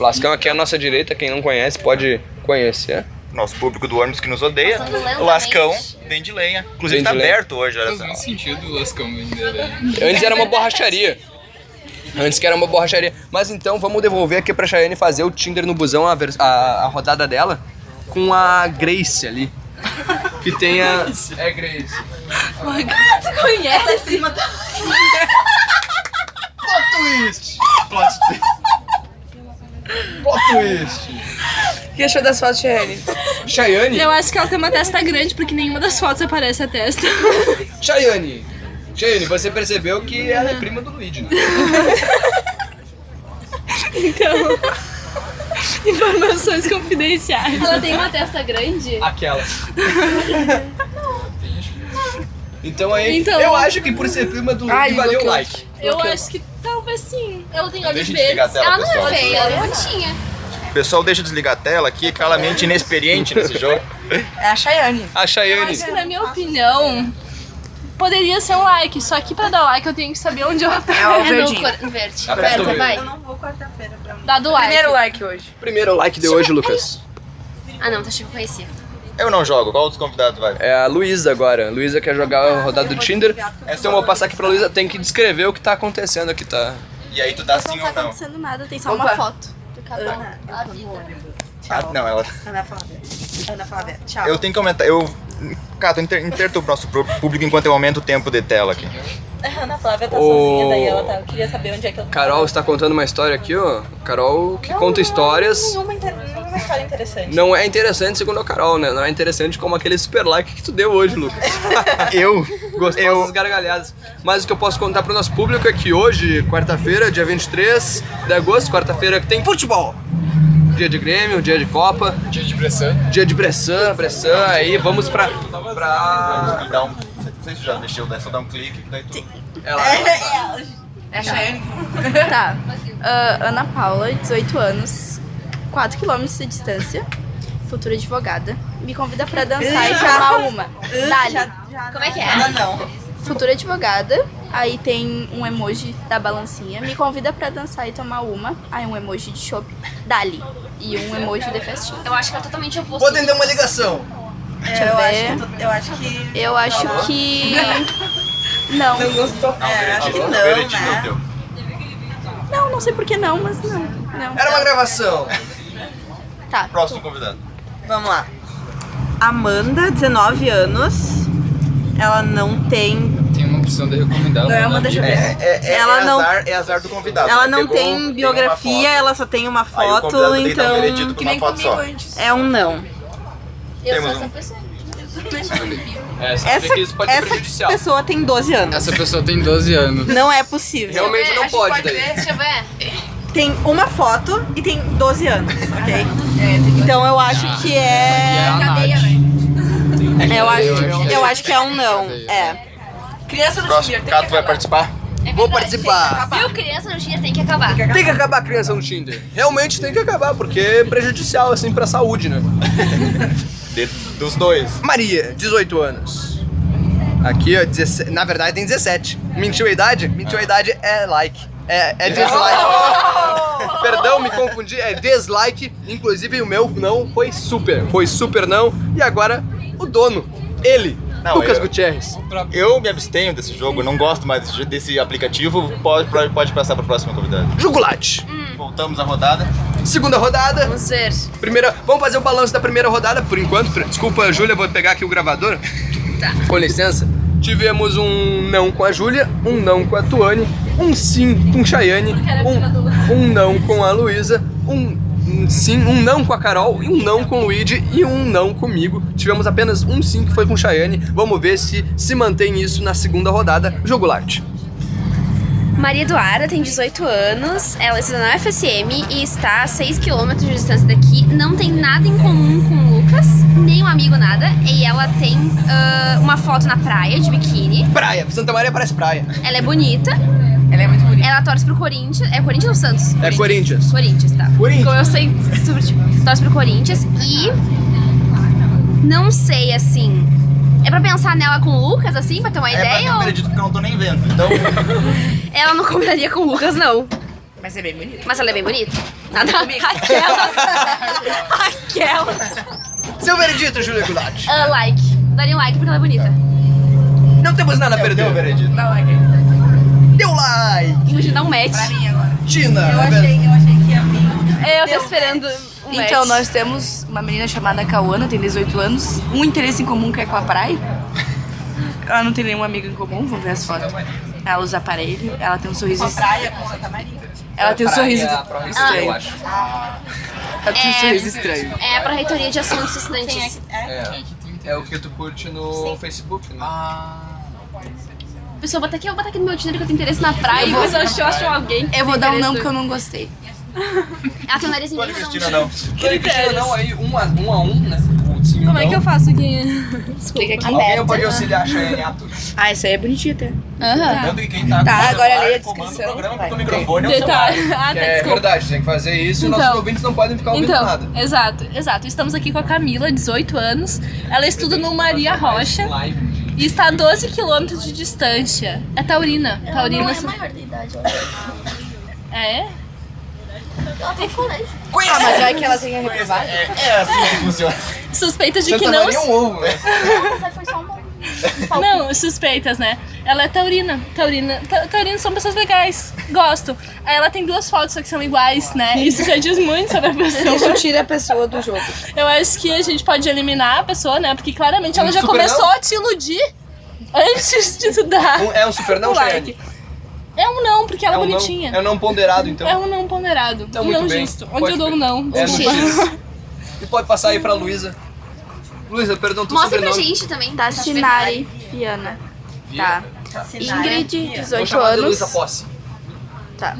Speaker 1: Lascão aqui é à nossa direita, quem não conhece pode conhecer.
Speaker 2: Nosso público do ônibus que nos odeia,
Speaker 4: Passando lentamente.
Speaker 2: o Lascão vende lenha. Inclusive
Speaker 1: Vende
Speaker 2: tá
Speaker 1: lenha.
Speaker 2: aberto hoje, olha só.
Speaker 5: Faz sentido o Lascão vender aí.
Speaker 1: Antes era uma borracharia. Antes que era uma borracharia. Mas então vamos devolver aqui pra Chayane fazer o Tinder no busão, a, vers- a- a rodada dela, com a Grace ali. Que tem a. É Grace.
Speaker 7: Tu conhece?
Speaker 1: Plot twist! Plot twist! Plot twist!
Speaker 3: O que achou das fotos, Cheyenne?
Speaker 1: Chayane?
Speaker 8: é-
Speaker 7: Eu acho que ela tem uma testa grande, porque nenhuma das fotos aparece a testa.
Speaker 1: Chayane! Chayane, você percebeu que ela é prima do Luigi, né?
Speaker 7: Informações confidenciais.
Speaker 4: Ela tem uma testa grande?
Speaker 2: Ah,
Speaker 1: Aquela. Então aí,
Speaker 7: Então-
Speaker 1: eu acho que por ser prima do
Speaker 3: Ai,
Speaker 1: Luigi valeu o
Speaker 3: bloqueou.
Speaker 1: like.
Speaker 7: Eu acho que talvez sim. Ela tem olhos
Speaker 2: Deixa eu desligar a
Speaker 7: verdes. Ah,
Speaker 2: tela,
Speaker 4: Ela
Speaker 2: pessoal.
Speaker 4: não é feia, ela é bonitinha.
Speaker 2: Pessoal, deixa eu desligar a tela aqui, claramente inexperiente nesse jogo.
Speaker 3: É a Cheyenne.
Speaker 1: A Chayane.
Speaker 7: Acho que, na minha opinião, poderia ser um like. Só que pra dar like eu tenho que saber onde tá. eu
Speaker 3: É o
Speaker 4: É no
Speaker 3: verdinho.
Speaker 4: cor-
Speaker 2: Aperta
Speaker 4: verde.
Speaker 2: o
Speaker 4: Aperta,
Speaker 2: verde.
Speaker 4: vai. Ah,
Speaker 6: não vou quarta-feira pra mim.
Speaker 7: Dá do like.
Speaker 3: Primeiro like hoje.
Speaker 1: Primeiro like de hoje, Lucas.
Speaker 4: Ah não, tá achando que eu conhecia.
Speaker 2: Eu não jogo, qual dos convidados vai?
Speaker 1: É a Luísa agora. Luísa quer jogar a rodada do Tinder. Então eu vou passar aqui pra Luísa. Tem que descrever o que tá acontecendo aqui, tá?
Speaker 2: E aí tu dá sim ou não?
Speaker 6: tá nada, tem só
Speaker 3: Opa.
Speaker 6: foto.
Speaker 4: Ana, a vida.
Speaker 2: Ah, não, ela.
Speaker 6: Ana Flávia. Ana Flávia, tchau.
Speaker 2: Eu tenho que aumentar. Eu. Cato, inter- interturbo o nosso pró- público enquanto eu aumento o tempo de tela aqui.
Speaker 6: A Ana Flávia tá
Speaker 1: Ô.
Speaker 6: sozinha, daí ela tá. Eu queria saber onde é que eu
Speaker 1: Carol está contando uma história aqui, ó. Carol que
Speaker 6: Não,
Speaker 1: conta
Speaker 6: não,
Speaker 1: histórias.
Speaker 6: Nenhuma, inter... nenhuma história interessante.
Speaker 1: Não é interessante segundo a Carol, né? Não é interessante como aquele super like que tu deu hoje, Lucas.
Speaker 2: Eu.
Speaker 1: Gostosas
Speaker 2: Eu.
Speaker 1: gargalhadas. Mas o que eu posso contar pro nosso público é que hoje, quarta-feira, dia 23 de agosto, quarta-feira que tem futebol. Dia de Grêmio, dia de Copa,
Speaker 5: Dia de pressão.
Speaker 1: dia de Bressan, Bressan, aí vamos pra... pra...
Speaker 2: Dá um. Não sei se já mexeu, né? Só dá um clique, daí tu.
Speaker 1: Ela...
Speaker 3: É a Cheyenne.
Speaker 8: Tá. Ah, Ana Paula, 18 anos, 4 quilômetros de distância, futura advogada. Me convida pra dançar e chamar uma. Dali.
Speaker 4: Como é que é?
Speaker 1: Tá.
Speaker 8: Futura advogada. Aí tem um emoji da balancinha. Me convida pra dançar e tomar uma. Aí um emoji de chopp. Dali. E um emoji de festinha.
Speaker 4: Eu acho que é totalmente oposto.
Speaker 1: Vou atender uma ligação.
Speaker 8: Deixa eu ver.
Speaker 6: É, Eu acho que.
Speaker 8: Eu acho
Speaker 2: Tá
Speaker 8: que. Não.
Speaker 6: É, acho
Speaker 7: tá
Speaker 6: que não,
Speaker 2: Verete,
Speaker 6: né?
Speaker 2: deu.
Speaker 8: Não, não sei por que não, mas não. Não.
Speaker 1: Era uma gravação.
Speaker 8: Tá.
Speaker 2: Próximo convidado.
Speaker 6: Vamos lá. Amanda, 19 anos. Ela não tem.
Speaker 5: Tem uma opção de recomendar. né?
Speaker 3: Não é uma
Speaker 5: mandar
Speaker 3: deixa eu
Speaker 5: vídeo.
Speaker 3: ver.
Speaker 2: É,
Speaker 6: é Ela não-
Speaker 2: Azar, é azar do convidado.
Speaker 6: Ela
Speaker 2: né?
Speaker 6: não
Speaker 2: Pegou,
Speaker 6: tem
Speaker 2: uma
Speaker 6: biografia,
Speaker 2: foto.
Speaker 6: ela só tem uma
Speaker 2: Aí o
Speaker 6: foto,
Speaker 2: convidado tem que dar um veredito
Speaker 6: então.
Speaker 2: com uma foto só.
Speaker 3: antes.
Speaker 6: É um não.
Speaker 4: Eu
Speaker 2: Temos
Speaker 4: sou essa
Speaker 2: um.
Speaker 4: pessoa.
Speaker 5: É, só
Speaker 6: Essa,
Speaker 5: que isso pode ser
Speaker 6: essa
Speaker 5: prejudicial.
Speaker 6: pessoa tem 12 anos.
Speaker 5: Essa pessoa tem 12 anos.
Speaker 6: Não é possível.
Speaker 1: Realmente não pode daí.
Speaker 4: Deixa eu ver.
Speaker 6: Tem uma foto e tem 12 anos, ok? Então eu acho
Speaker 5: Ah,
Speaker 6: que é.
Speaker 5: a Nath.
Speaker 3: Ah,
Speaker 8: né?
Speaker 6: Eu acho, eu acho que é um não. É.
Speaker 3: Criança do
Speaker 2: Próximo,
Speaker 6: assim,
Speaker 3: Tinder. Tem
Speaker 2: Cato
Speaker 3: que
Speaker 2: vai
Speaker 3: acabar.
Speaker 2: participar.
Speaker 4: É
Speaker 1: Vou
Speaker 4: verdade.
Speaker 1: participar.
Speaker 4: Viu, criança no dia tem que acabar.
Speaker 1: Tem que acabar a criança no Tinder. Realmente tem que acabar, porque é prejudicial, assim, pra saúde, né?
Speaker 2: De- dos dois.
Speaker 1: Maria, 18 anos. Aqui, ó, 17, na verdade tem 17. Mentiu a idade? Mentiu a idade é like. É, é dislike. Perdão, me confundi, é dislike. Inclusive o meu não foi super. Foi super não. E agora o dono, ele,
Speaker 2: Não,
Speaker 1: Lucas
Speaker 2: eu-
Speaker 1: Gutierrez.
Speaker 2: Eu me abstenho desse jogo, não gosto mais desse- desse aplicativo. Pode, pode, pode passar para o próximo convidado.
Speaker 1: Jugulate.
Speaker 2: Voltamos à rodada.
Speaker 1: Segunda rodada.
Speaker 4: Vamos ver.
Speaker 1: Primeira, vamos fazer o balanço da primeira rodada por enquanto. Pre- Desculpa, Júlia, vou pegar aqui o gravador. Tá. Com licença. Tivemos um não com a Júlia, um não com a Tuane, um sim com Chayane, um, um não com a Luísa, um um sim, um não com a Carol, e um não com o Luigi e um não comigo. Tivemos apenas um sim que foi com Chayane. Vamos ver se se mantém isso na segunda rodada. Jogo Light.
Speaker 4: Maria Eduarda tem 18 anos, ela estuda na UFSM e está a 6 km de distância daqui, não tem nada em comum com o Lucas, nem um amigo nada, e ela tem ah, uma foto na praia de biquíni,
Speaker 1: Praia, Santa Maria parece praia.
Speaker 4: ela é bonita,
Speaker 3: Ela é muito bonita.
Speaker 4: ela torce pro Corinthians, é Corinthians ou Santos?
Speaker 1: É Corinthians.
Speaker 4: Corinthians, tá.
Speaker 1: Corinthians.
Speaker 4: Como eu sei, sobre, torce pro Corinthians e não sei, assim, é pra pensar nela com o Lucas, assim, pra ter uma
Speaker 2: é,
Speaker 4: ideia,
Speaker 2: não
Speaker 4: ou
Speaker 2: acredito que eu não tô nem vendo. Então,
Speaker 4: ela não combinaria com o Lucas, não?
Speaker 3: Mas é bem bonita.
Speaker 4: Mas ela é bem bonita. Nada. Aquelas. Aquelas.
Speaker 1: Seu veredito, Júlia Goulart.
Speaker 4: Ah, like. Daria um like porque ela é bonita.
Speaker 1: Não temos nada a
Speaker 2: perdeu o
Speaker 1: perder.
Speaker 2: veredito.
Speaker 3: Dá like aí.
Speaker 1: Deu like!
Speaker 4: Inclusive dá um match.
Speaker 1: Tina!
Speaker 6: eu achei que ia vir.
Speaker 4: É, eu tô esperando um match.
Speaker 3: Então, nós temos uma menina chamada Cauana, tem 18 anos, um interesse em comum que é com a praia. Ela não tem nenhum amigo em comum, vamos ver as fotos. Ela usa aparelho, ela tem um sorriso.
Speaker 6: Praia com Santa Maria.
Speaker 3: Ela tem um sorriso
Speaker 5: Praia, pra Recife, é eu acho.
Speaker 3: Ela tem um
Speaker 4: É.
Speaker 3: sorriso estranho.
Speaker 4: É pra reitoria de assuntos estudantis.
Speaker 5: É. é o que tu curte no Facebook, né?
Speaker 4: A pessoa bota aqui, eu vou botar aqui no meu Tinder que eu tenho interesse na praia. E você achou, achou alguém. que
Speaker 3: Eu vou
Speaker 4: tem
Speaker 3: dar um
Speaker 4: interesse
Speaker 3: não
Speaker 4: no-
Speaker 3: que eu não gostei.
Speaker 4: Ela tem um nariz
Speaker 2: Olha,
Speaker 4: imenso.
Speaker 2: Cristina, não.
Speaker 5: Ele Cristina não aí, um a um, a um né? O time
Speaker 7: Como é que eu faço aqui?
Speaker 3: Clica aqui.
Speaker 5: Alguém pode auxiliar a Cheyenne Atos.
Speaker 3: Ah, isso aí é bonitinho até.
Speaker 2: Lembrando que quem tá com
Speaker 3: Tá,
Speaker 2: o
Speaker 3: agora
Speaker 2: celular
Speaker 3: leia a
Speaker 2: comanda o
Speaker 3: descrição.
Speaker 2: programa
Speaker 3: Vai.
Speaker 2: com o microfone é o celular.
Speaker 7: Detalhe. Ah,
Speaker 5: Que
Speaker 7: tá,
Speaker 5: é
Speaker 7: desculpa.
Speaker 5: verdade, tem que fazer isso e
Speaker 7: Então.
Speaker 5: nossos ouvintes não podem ficar
Speaker 1: um
Speaker 5: ouvindo
Speaker 7: Então,
Speaker 5: nada.
Speaker 7: exato, exato. Estamos aqui com a Camila, 18 anos. Ela estuda no Maria Rocha e está a 12 quilômetros de distância. É Taurina. Taurina.
Speaker 8: é maior de idade, eu acho.
Speaker 7: É?
Speaker 8: Ela tem colégio.
Speaker 3: Ah, mas vai que ela tenha reprovado.
Speaker 2: É, é assim que funciona.
Speaker 7: Suspeitas de
Speaker 5: Você
Speaker 1: tá
Speaker 7: que não.
Speaker 5: tomaria um ovo, né?
Speaker 8: Mas foi só uma.
Speaker 7: Não, suspeitas, né? Ela é taurina. Taurina. ta- Taurinos são pessoas legais. Gosto. Aí ela tem duas fotos só que são iguais, né? Isso já diz muito sobre a pessoa.
Speaker 3: Isso tira a pessoa do jogo.
Speaker 7: Eu acho que a gente pode eliminar a pessoa, né? Porque claramente ela
Speaker 5: Um
Speaker 7: já
Speaker 5: super
Speaker 7: começou
Speaker 5: não?
Speaker 7: a te iludir antes de tu dar.
Speaker 5: Um- é um super não,
Speaker 7: o like.
Speaker 5: Cheyenne?
Speaker 7: É um não, porque ela
Speaker 5: É
Speaker 7: é
Speaker 5: um não,
Speaker 7: bonitinha.
Speaker 5: é um não ponderado, então.
Speaker 7: É um não ponderado.
Speaker 5: Então,
Speaker 7: um
Speaker 5: muito
Speaker 7: não
Speaker 5: bem.
Speaker 7: justo. Onde
Speaker 5: Pode
Speaker 7: eu dou um
Speaker 5: ver.
Speaker 7: não.
Speaker 5: É,
Speaker 7: Sim.
Speaker 5: E pode passar aí pra Luísa. Luísa, perdão, tu
Speaker 4: Mostra pra
Speaker 5: sobrenome.
Speaker 4: gente também.
Speaker 8: Tá,
Speaker 4: Tá
Speaker 8: Sinari Viana. Tá. Ingrid,
Speaker 5: Vou
Speaker 8: 18
Speaker 5: chamar de
Speaker 8: anos.
Speaker 5: Luísa Posse.
Speaker 8: Tá.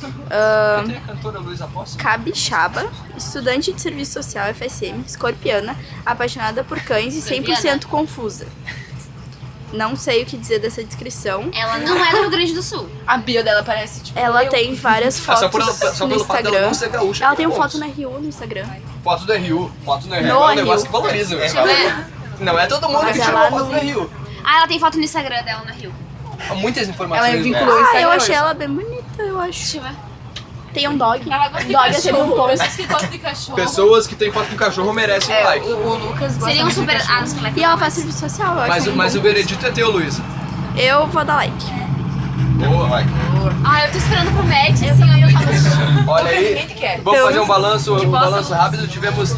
Speaker 5: Tem a
Speaker 2: é
Speaker 5: cantora Luísa Posse?
Speaker 8: Cabixaba, estudante de serviço social FSM, escorpiana, apaixonada por cães e 100% confusa. Não sei o que dizer dessa descrição.
Speaker 4: Ela não é do Rio Grande do Sul.
Speaker 3: A bio dela parece, tipo,
Speaker 8: Ela tem várias
Speaker 5: Ah,
Speaker 8: fotos
Speaker 5: só, por, só
Speaker 8: no
Speaker 5: pelo fato dela
Speaker 8: Instagram.
Speaker 5: não ser gaúcha.
Speaker 8: Ela
Speaker 5: que
Speaker 8: tem
Speaker 5: é
Speaker 8: uma
Speaker 5: bom.
Speaker 8: foto na Rio no Instagram.
Speaker 5: Foto do Rio. Foto do Rio.
Speaker 8: No
Speaker 5: é um
Speaker 8: Rio.
Speaker 5: negócio que valoriza, né?
Speaker 4: Deixa eu ver.
Speaker 5: Não é todo mundo
Speaker 8: Mas
Speaker 5: que tira
Speaker 8: ela
Speaker 5: uma foto
Speaker 8: não-
Speaker 5: do Rio.
Speaker 4: Ah, ela tem foto no Instagram dela no Rio.
Speaker 5: Há muitas
Speaker 3: ela
Speaker 5: informações.
Speaker 3: é
Speaker 5: né?
Speaker 3: vinculou o
Speaker 8: Ah,
Speaker 3: Instagram.
Speaker 8: eu achei ela bem bonita, eu acho.
Speaker 4: Deixa eu ver.
Speaker 8: Tem um dog.
Speaker 7: Ela gosta de
Speaker 8: Dog, eu tenho um
Speaker 7: cachorro.
Speaker 8: pouco.
Speaker 7: Pessoas que gostam de cachorro.
Speaker 5: Pessoas que têm foto com cachorro merecem um like.
Speaker 4: Seria um super. Ah, super like.
Speaker 8: E ela faz serviço social, eu acho.
Speaker 5: Mas, o-
Speaker 8: muito
Speaker 5: mas o
Speaker 8: bom.
Speaker 5: veredito é teu, Luísa.
Speaker 8: Eu vou dar like.
Speaker 5: Boa,
Speaker 2: Então,
Speaker 5: vai.
Speaker 4: Ah, eu tô esperando pro match, assim, olha, eu tava.
Speaker 5: Olha aí, vamos fazer um balanço, um balanço rápido. Tivemos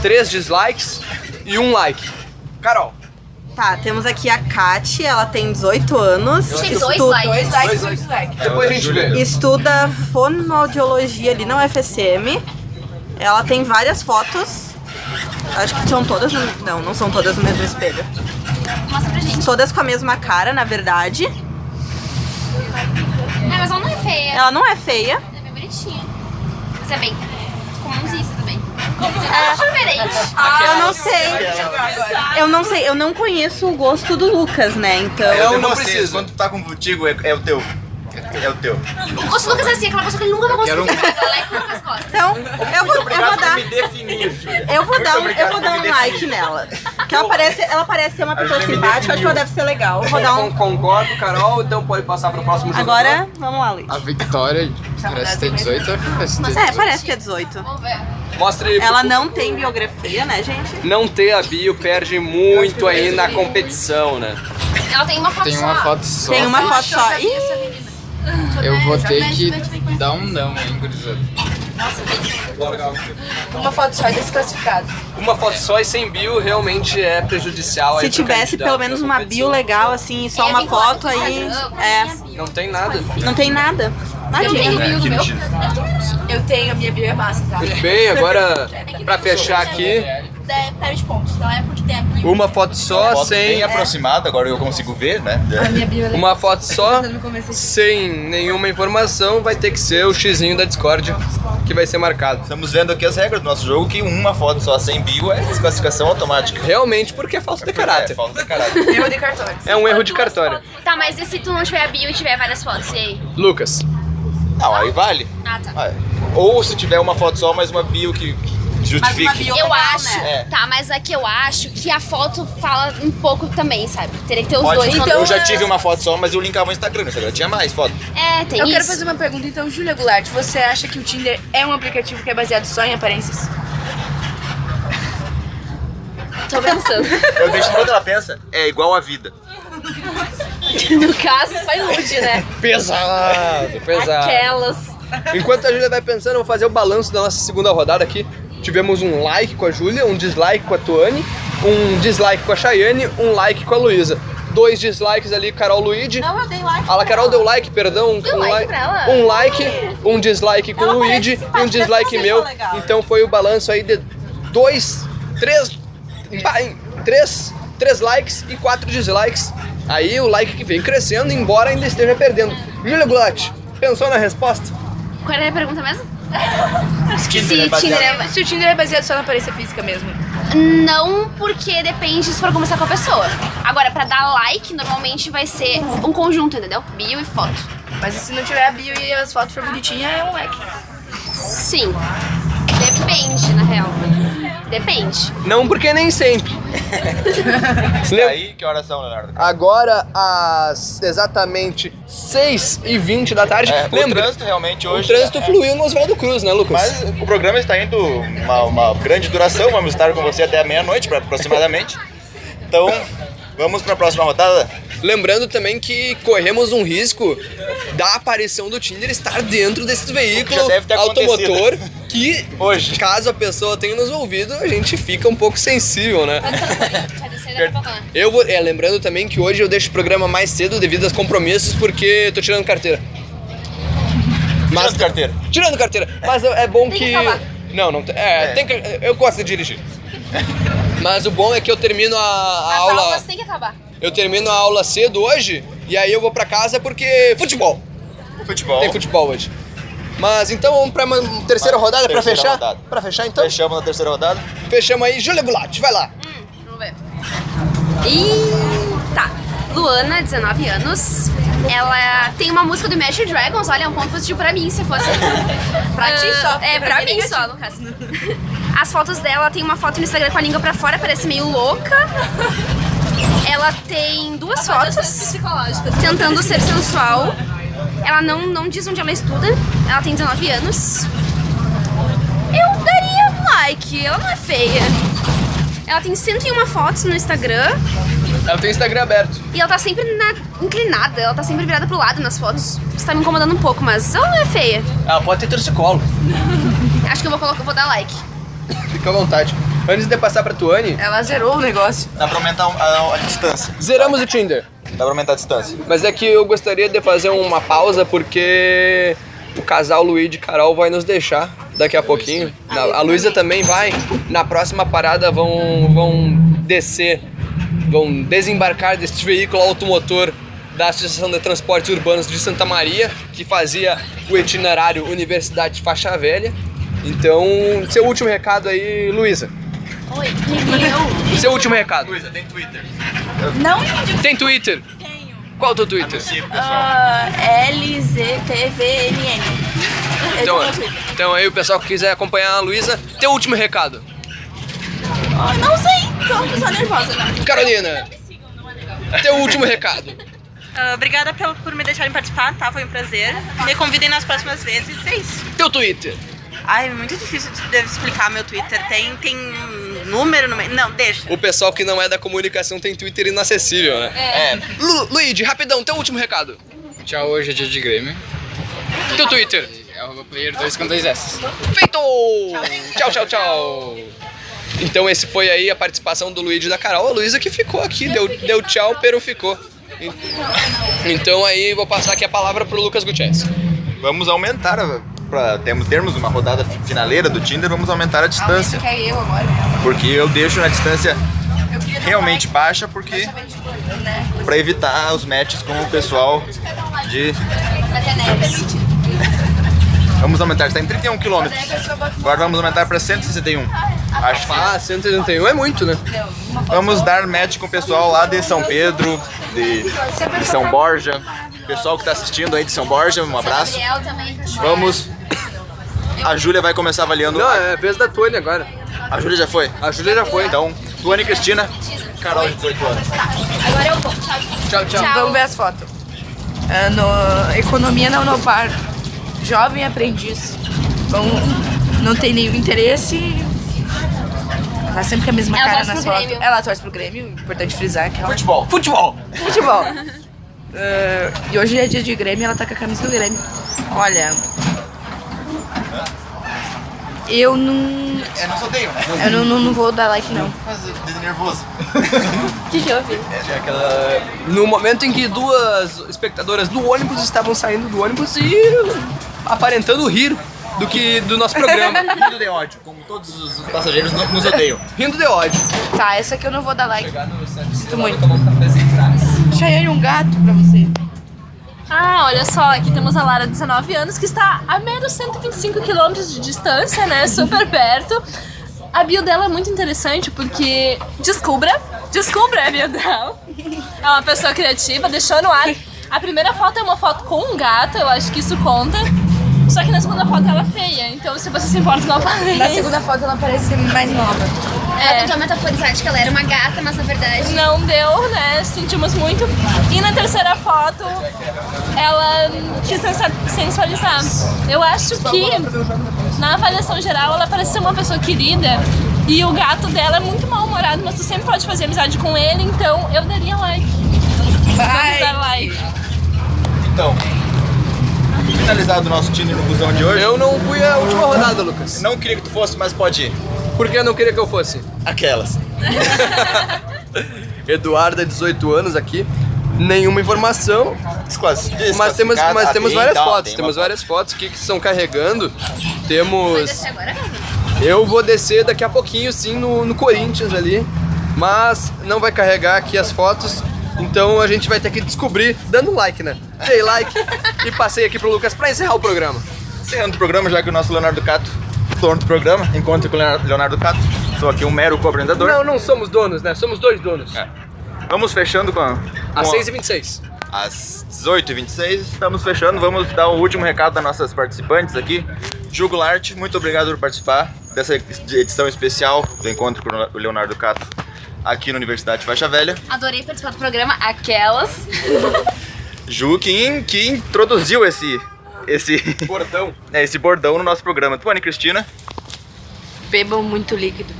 Speaker 5: três dislikes e um like. Carol,
Speaker 6: Tá, temos aqui a Kat, ela tem 18 anos.
Speaker 4: Tem tipo dois likes.
Speaker 3: Dois likes, dois likes.
Speaker 5: depois a gente vê.
Speaker 6: Estuda fonoaudiologia ali na UFSM. Ela tem várias fotos. Acho que são todas no... Não, não são todas no mesmo espelho.
Speaker 4: Mostra pra gente.
Speaker 6: Todas com a mesma cara, na verdade.
Speaker 4: É, mas ela não é feia.
Speaker 6: Ela não é feia.
Speaker 4: Ela é bem bonitinha. Mas é bem comunzista também. É diferente.
Speaker 6: eu não sei. Eu não sei, eu não conheço o gosto do Lucas, né? Então.
Speaker 2: Eu
Speaker 5: não
Speaker 2: não
Speaker 5: preciso.
Speaker 2: preciso. Quando tu tá contigo, é, é o teu. É o teu.
Speaker 4: O gosto do Lucas é assim, aquela pessoa que ele nunca vai
Speaker 5: quero
Speaker 4: conseguir ficar. Ela é que o Lucas gosta.
Speaker 6: Então, eu vou, eu vou dar.
Speaker 2: definir, Júlia.
Speaker 6: Eu vou dar um, eu
Speaker 2: obrigado
Speaker 6: vou
Speaker 2: por
Speaker 6: dar
Speaker 2: me
Speaker 6: um like nela. Porque ela parece, ela parece ser uma pessoa
Speaker 2: Ajuda a me
Speaker 6: simpática, acho que ela deve ser legal. Eu vou dar um.
Speaker 5: Con- Concordo, Carol, então pode passar pro próximo jogo. né?
Speaker 6: Agora, vamos lá, Luiz. Tá,
Speaker 5: A Victoria parece ter 18, parece ter
Speaker 6: É, parece que é 18.
Speaker 4: Vamos ver.
Speaker 5: Mostra aí.
Speaker 6: Ela não tem biografia, né, gente?
Speaker 1: Não ter a bio perde muito aí na competição, né?
Speaker 4: Ela tem uma foto
Speaker 5: Tem uma
Speaker 4: só.
Speaker 5: foto só.
Speaker 6: Tem uma foto só. Ih,
Speaker 5: Eu vou ter que dar um não, hein, gurizada.
Speaker 3: Uma foto só e desclassificado.
Speaker 1: Uma foto só e sem bio realmente é prejudicial.
Speaker 6: se
Speaker 1: aí pro
Speaker 6: tivesse
Speaker 1: candidato
Speaker 6: pelo menos
Speaker 1: da
Speaker 6: uma bio
Speaker 1: competição.
Speaker 6: legal, assim, e só
Speaker 4: É,
Speaker 6: uma
Speaker 4: vinculado
Speaker 6: foto
Speaker 4: com
Speaker 6: aí.
Speaker 4: Instagram,
Speaker 6: É.
Speaker 1: Não tem nada.
Speaker 6: Não tem nada.
Speaker 4: Eu
Speaker 6: Nadinha.
Speaker 4: tenho o bio do meu.
Speaker 3: Eu tenho, a minha bio é massa, tá? É,
Speaker 1: Muito bem, agora pra fechar aqui,
Speaker 8: Pera de pontos, não é porque tem a bio.
Speaker 1: uma foto só
Speaker 2: Foto
Speaker 1: sem
Speaker 2: bem aproximada, agora eu consigo ver, né?
Speaker 1: uma foto
Speaker 6: Tá
Speaker 1: só sem nenhuma informação vai ter que ser o xizinho da Discord que vai ser marcado.
Speaker 2: Estamos vendo aqui as regras do nosso jogo, que uma foto só sem bio é desclassificação automática.
Speaker 1: Realmente porque é falta de
Speaker 2: É,
Speaker 1: caráter.
Speaker 2: falta de caráter.
Speaker 3: Erro de cartório.
Speaker 1: É um erro de cartório.
Speaker 4: Tá, mas e se tu não tiver a bio e tiver várias fotos? E aí?
Speaker 1: Lucas,
Speaker 2: Não, aí vale.
Speaker 4: Ah, tá.
Speaker 2: Ah, Ou se tiver uma foto só, mais uma bio que justifique.
Speaker 4: Eu acho,
Speaker 2: É.
Speaker 4: tá, mas é que eu acho que a foto fala um pouco também, sabe? Teria que ter os
Speaker 2: Pode,
Speaker 4: dois. então, assim.
Speaker 2: eu já tive uma foto só, mas eu linkava o Instagram. No Instagram tinha mais foto.
Speaker 4: É, tem
Speaker 3: Eu
Speaker 4: isso.
Speaker 3: quero fazer uma pergunta, então, Júlia Goulart, você acha que o Tinder é um aplicativo que é baseado só em aparências?
Speaker 4: Tô pensando.
Speaker 2: Eu vejo quando ela pensa, é igual a vida.
Speaker 4: No caso, só ilude, né?
Speaker 1: pesado, pesado.
Speaker 4: Aquelas.
Speaker 1: Enquanto a Júlia vai pensando, eu vou fazer o balanço da nossa segunda rodada aqui. Tivemos um like com a Júlia, um dislike com a Tuane, um dislike com a Chayane, um like com a Luísa. dois dislikes ali, Carol Luigi.
Speaker 6: Não, eu dei like.
Speaker 1: A La Carol deu like, perdão. Um,
Speaker 4: Deu like pra ela.
Speaker 1: um like, um dislike com
Speaker 6: Ela
Speaker 1: o
Speaker 6: parece
Speaker 1: Luigi e
Speaker 6: simpática,
Speaker 1: um dislike
Speaker 6: vocês
Speaker 1: meu.
Speaker 6: são legais.
Speaker 1: Então foi o balanço aí de dois, três, pá, em- três, três likes e quatro dislikes. Aí o like que vem crescendo, embora ainda esteja perdendo. Júlia Gulatti, pensou na resposta?
Speaker 4: Qual era a pergunta mesmo?
Speaker 2: Tinder é baseado-
Speaker 4: é-
Speaker 3: Se o Tinder é baseado só na aparência física mesmo.
Speaker 4: Não, porque depende se for conversar com a pessoa. Agora, pra dar like, normalmente vai ser um conjunto, entendeu? Bio e foto.
Speaker 3: Mas se não tiver a bio e as fotos for bonitinha, é um like.
Speaker 4: Sim. Depende, na real. Depende.
Speaker 1: Não, porque nem sempre.
Speaker 2: E Tá aí, que horas são, Leonardo?
Speaker 1: Agora, às exatamente 6h20 da tarde.
Speaker 2: É, o
Speaker 1: Lembra?
Speaker 2: trânsito realmente
Speaker 1: O
Speaker 2: hoje.
Speaker 1: trânsito
Speaker 2: é-
Speaker 1: fluiu no Oswaldo Cruz, né, Lucas?
Speaker 2: Mas o programa está indo uma, uma grande duração, vamos estar com você até a meia-noite pra- aproximadamente. Então, vamos para a próxima rodada.
Speaker 1: Lembrando também que corremos um risco da aparição do Tinder estar dentro desse veículo
Speaker 2: já deve ter
Speaker 1: automotor que,
Speaker 2: Hoje.
Speaker 1: caso a pessoa tenha nos ouvido, a gente fica um pouco sensível, né? Eu vou, é, lembrando também que hoje eu deixo o programa mais cedo devido aos compromissos porque tô tirando carteira.
Speaker 2: Mas... carteira.
Speaker 1: Tirando carteira. Mas é bom que. não, não tem. É,
Speaker 2: É.
Speaker 1: tem que- Eu gosto de dirigir. Mas o bom é que eu termino a, a aula.
Speaker 4: tem que acabar.
Speaker 1: Eu termino a aula cedo hoje e aí eu vou pra casa porque. Futebol!
Speaker 2: Futebol.
Speaker 1: Tem futebol hoje. Mas então vamos pra uma terceira
Speaker 2: Vai,
Speaker 1: rodada pra
Speaker 2: terceira
Speaker 1: fechar?
Speaker 2: rodada.
Speaker 1: Pra fechar então?
Speaker 2: Fechamos na terceira rodada.
Speaker 1: Fechamos aí. Júlia Goulart, vai lá.
Speaker 4: Vamos ver. E tá. Luana, 19 anos. Ela tem uma música do Imagine Dragons, olha, é um ponto positivo pra mim, se fosse. pra
Speaker 3: ti só,
Speaker 4: É,
Speaker 3: pra
Speaker 4: pra,
Speaker 3: mim
Speaker 4: mim só, no caso. As fotos dela, tem uma foto no Instagram com a língua pra fora, parece meio louca. Ela tem duas fotos
Speaker 7: Psicológicas.
Speaker 4: tentando ser sensual. Ela não, não diz onde ela estuda. Ela tem 19 anos. Eu daria um like, ela não é feia. Ela tem 101 fotos no Instagram
Speaker 1: Ela tem o Instagram aberto.
Speaker 4: e ela tá sempre na- inclinada, ela tá sempre virada pro lado nas fotos. Isso tá me incomodando um pouco, mas ela não é feia.
Speaker 1: Ela pode ter torcicolo.
Speaker 4: Acho que eu vou colocar, vou dar like.
Speaker 1: Fica à vontade. Antes de passar pra Tuane,
Speaker 3: Ela zerou o negócio.
Speaker 2: Dá pra aumentar um, a, a distância.
Speaker 1: zeramos o Tinder.
Speaker 2: Dá pra aumentar a distância.
Speaker 1: Mas é que eu gostaria de fazer uma pausa porque o casal Luíde e Carol vai nos deixar daqui a pouquinho. Na- a Luísa também vai. Na próxima parada vão, vão descer, vão desembarcar deste veículo automotor da Associação de Transportes Urbanos de Santa Maria, que fazia o itinerário Universidade Faixa Velha. Então, seu último recado aí, Luísa.
Speaker 4: Oi, eu?
Speaker 1: Seu último recado.
Speaker 2: Luísa, tem Twitter.
Speaker 1: Tem Twitter? Tenho. Qual o teu Twitter?
Speaker 4: Ah,
Speaker 8: LZTVNN.
Speaker 1: Então,
Speaker 2: é.
Speaker 1: então aí o pessoal que quiser acompanhar a Luísa, teu último recado.
Speaker 8: não sei, tô uma pessoa nervosa, né?
Speaker 1: Carolina,
Speaker 2: é
Speaker 1: teu último recado.
Speaker 6: Ah, obrigada pelo- por me deixarem participar, tá? Foi um prazer. Me convidem nas próximas vezes. É isso.
Speaker 1: Teu Twitter.
Speaker 6: Ai, é muito difícil de de explicar meu Twitter. Tem, tem um número no meio. Não, deixa.
Speaker 1: O pessoal que não é da comunicação tem Twitter inacessível, né?
Speaker 2: É,
Speaker 1: Lu, Luigi, rapidão, teu último recado.
Speaker 9: Tchau, hoje é dia de Grêmio.
Speaker 1: Teu Twitter.
Speaker 9: É arroba player 2 com 2 S.
Speaker 1: Feito! Tchau, tchau, tchau. Então esse foi aí a participação do Luigi e da Carol. A Luísa que ficou aqui, deu, deu tchau, pero ficou. Então aí vou passar aqui a palavra pro Lucas Gutierrez.
Speaker 2: vamos aumentar a- pra termos, termos uma rodada fi- finaleira do Tinder, vamos aumentar a distância.
Speaker 3: Quer eu agora? né?
Speaker 2: Porque eu deixo na distância realmente baixa porque
Speaker 3: né?
Speaker 2: para evitar os matches com o pessoal de Vamos aumentar, está em 31 km.
Speaker 3: é
Speaker 2: Agora vamos aumentar para 161. Acho
Speaker 3: tá.
Speaker 2: que
Speaker 1: Ah, 131 é muito, né?
Speaker 2: vamos dar match com o pessoal lá de São Pedro, de, de São Borja. Pessoal que está assistindo aí de São Borja, um abraço.
Speaker 4: Gabriel também.
Speaker 3: é.
Speaker 2: Vamos. A Júlia vai começar avaliando.
Speaker 1: Não, é a vez da Tony agora.
Speaker 2: A Júlia já foi?
Speaker 1: A Júlia já foi.
Speaker 2: Então, Tuane e Cristina, Carol de 18 anos.
Speaker 4: Agora eu vou.
Speaker 1: Tchau,
Speaker 4: Tchau.
Speaker 1: tchau.
Speaker 3: Vamos ver as fotos. É, no- economia na Unopar. Jovem aprendiz. Bom, não tem nenhum interesse. Ela sempre com a mesma
Speaker 4: Ela
Speaker 3: cara
Speaker 4: torce
Speaker 3: nas
Speaker 4: pro
Speaker 3: fotos.
Speaker 4: Grêmio.
Speaker 3: Ela torce pro Grêmio, importante frisar que ela
Speaker 2: Futebol. Futebol.
Speaker 3: futebol. É, e hoje é dia de Grêmio, ela tá com a camisa do Grêmio. Olha.
Speaker 8: Eu não.
Speaker 2: É, não odeio, né?
Speaker 8: Eu não, não, não vou dar like, não.
Speaker 2: Mas de nervoso.
Speaker 4: O que, que houve?
Speaker 2: É aquela.
Speaker 1: No momento em que duas espectadoras do ônibus estavam saindo do ônibus e aparentando rir do que do nosso programa,
Speaker 2: Rindo de ódio, como todos os passageiros no- nos odeiam.
Speaker 1: rindo de ódio.
Speaker 8: Tá, essa aqui eu não vou dar like. Sinto muito. Cheyenne, um gato pra você.
Speaker 7: Ah, olha só, aqui temos a Lara, 19 anos, que está a menos 125 quilômetros de distância, né? Super perto. A bio dela é muito interessante porque descubra, descubra a bio dela. É uma pessoa criativa, deixou no ar. A primeira foto é uma foto com um gato, eu acho que isso conta. Só que na segunda foto ela é feia, então se você se importa com a
Speaker 8: Na
Speaker 7: aparência, É.
Speaker 8: segunda foto ela parece mais nova.
Speaker 4: Ela tentou metaforizar de que ela era uma gata, mas na verdade.
Speaker 7: não deu, né? Sentimos muito. E na terceira foto, ela quis sensa- sensualizar. Eu acho que, na avaliação geral, ela parece ser uma pessoa querida. E o gato dela é muito mal-humorado, mas tu sempre pode fazer amizade com ele, então eu daria like. Vamos dar like.
Speaker 2: Então, finalizado o nosso Tinder no busão de hoje.
Speaker 1: Eu não fui a última rodada, Lucas.
Speaker 2: Não queria que tu fosse, mas pode ir.
Speaker 1: Por que eu não queria que eu fosse?
Speaker 2: Aquelas.
Speaker 1: Eduarda, 18 é anos aqui. Nenhuma informação, mas
Speaker 2: Desclass-
Speaker 1: temos,
Speaker 2: desclassificada,
Speaker 1: mas temos
Speaker 2: tem,
Speaker 1: várias
Speaker 2: dá,
Speaker 1: fotos.
Speaker 2: tem
Speaker 1: Temos
Speaker 2: uma-
Speaker 1: várias fotos aqui que estão carregando.
Speaker 4: Vai
Speaker 1: Temos.
Speaker 4: descer agora?
Speaker 1: Eu vou descer daqui a pouquinho, sim, no, no Corinthians ali. Mas não vai carregar aqui as fotos. Então a gente vai ter que descobrir dando like, né? Dei like e passei aqui pro Lucas pra encerrar o programa.
Speaker 2: Encerrando o programa, já que o nosso Leonardo Cato, dono do programa, encontro com o Leonardo Leonardo Cato. Sou aqui um mero co-apresentador.
Speaker 1: Não, não somos donos, né? Somos dois donos.
Speaker 2: É. Vamos fechando com a.
Speaker 1: Às
Speaker 2: com a-
Speaker 1: 6h26.
Speaker 2: às 18h26. Estamos fechando, vamos dar o último recado das nossas participantes aqui. Jugo Larte, muito obrigado por participar dessa edição especial do encontro com o Leonardo Cato aqui na Universidade Faixa Velha.
Speaker 4: Adorei participar do programa Aquelas.
Speaker 2: Ju, que, que introduziu esse, esse,
Speaker 1: Bordão.
Speaker 2: é, esse bordão no nosso programa. Tu, Ana e Cristina,
Speaker 10: Bebam muito líquido.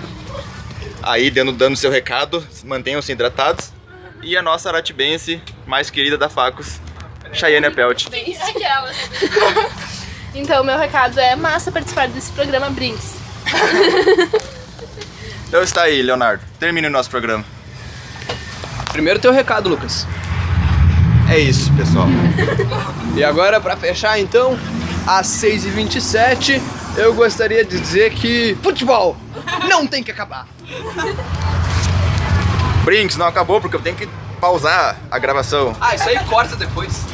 Speaker 2: aí dando, dando seu recado, mantenham-se hidratados. E a nossa aratibense mais querida da Facos, Chayane Apelt.
Speaker 7: Aquelas. então, meu recado é massa participar desse programa Brinks.
Speaker 2: Então está aí, Leonardo. Termine o nosso programa.
Speaker 1: Primeiro teu recado, Lucas.
Speaker 2: É isso, pessoal.
Speaker 1: E agora, pra fechar, então, às 6h27, eu gostaria de dizer que futebol não tem que acabar.
Speaker 2: Brinks, não acabou porque eu tenho que pausar a gravação.
Speaker 1: Ah, isso aí corta depois.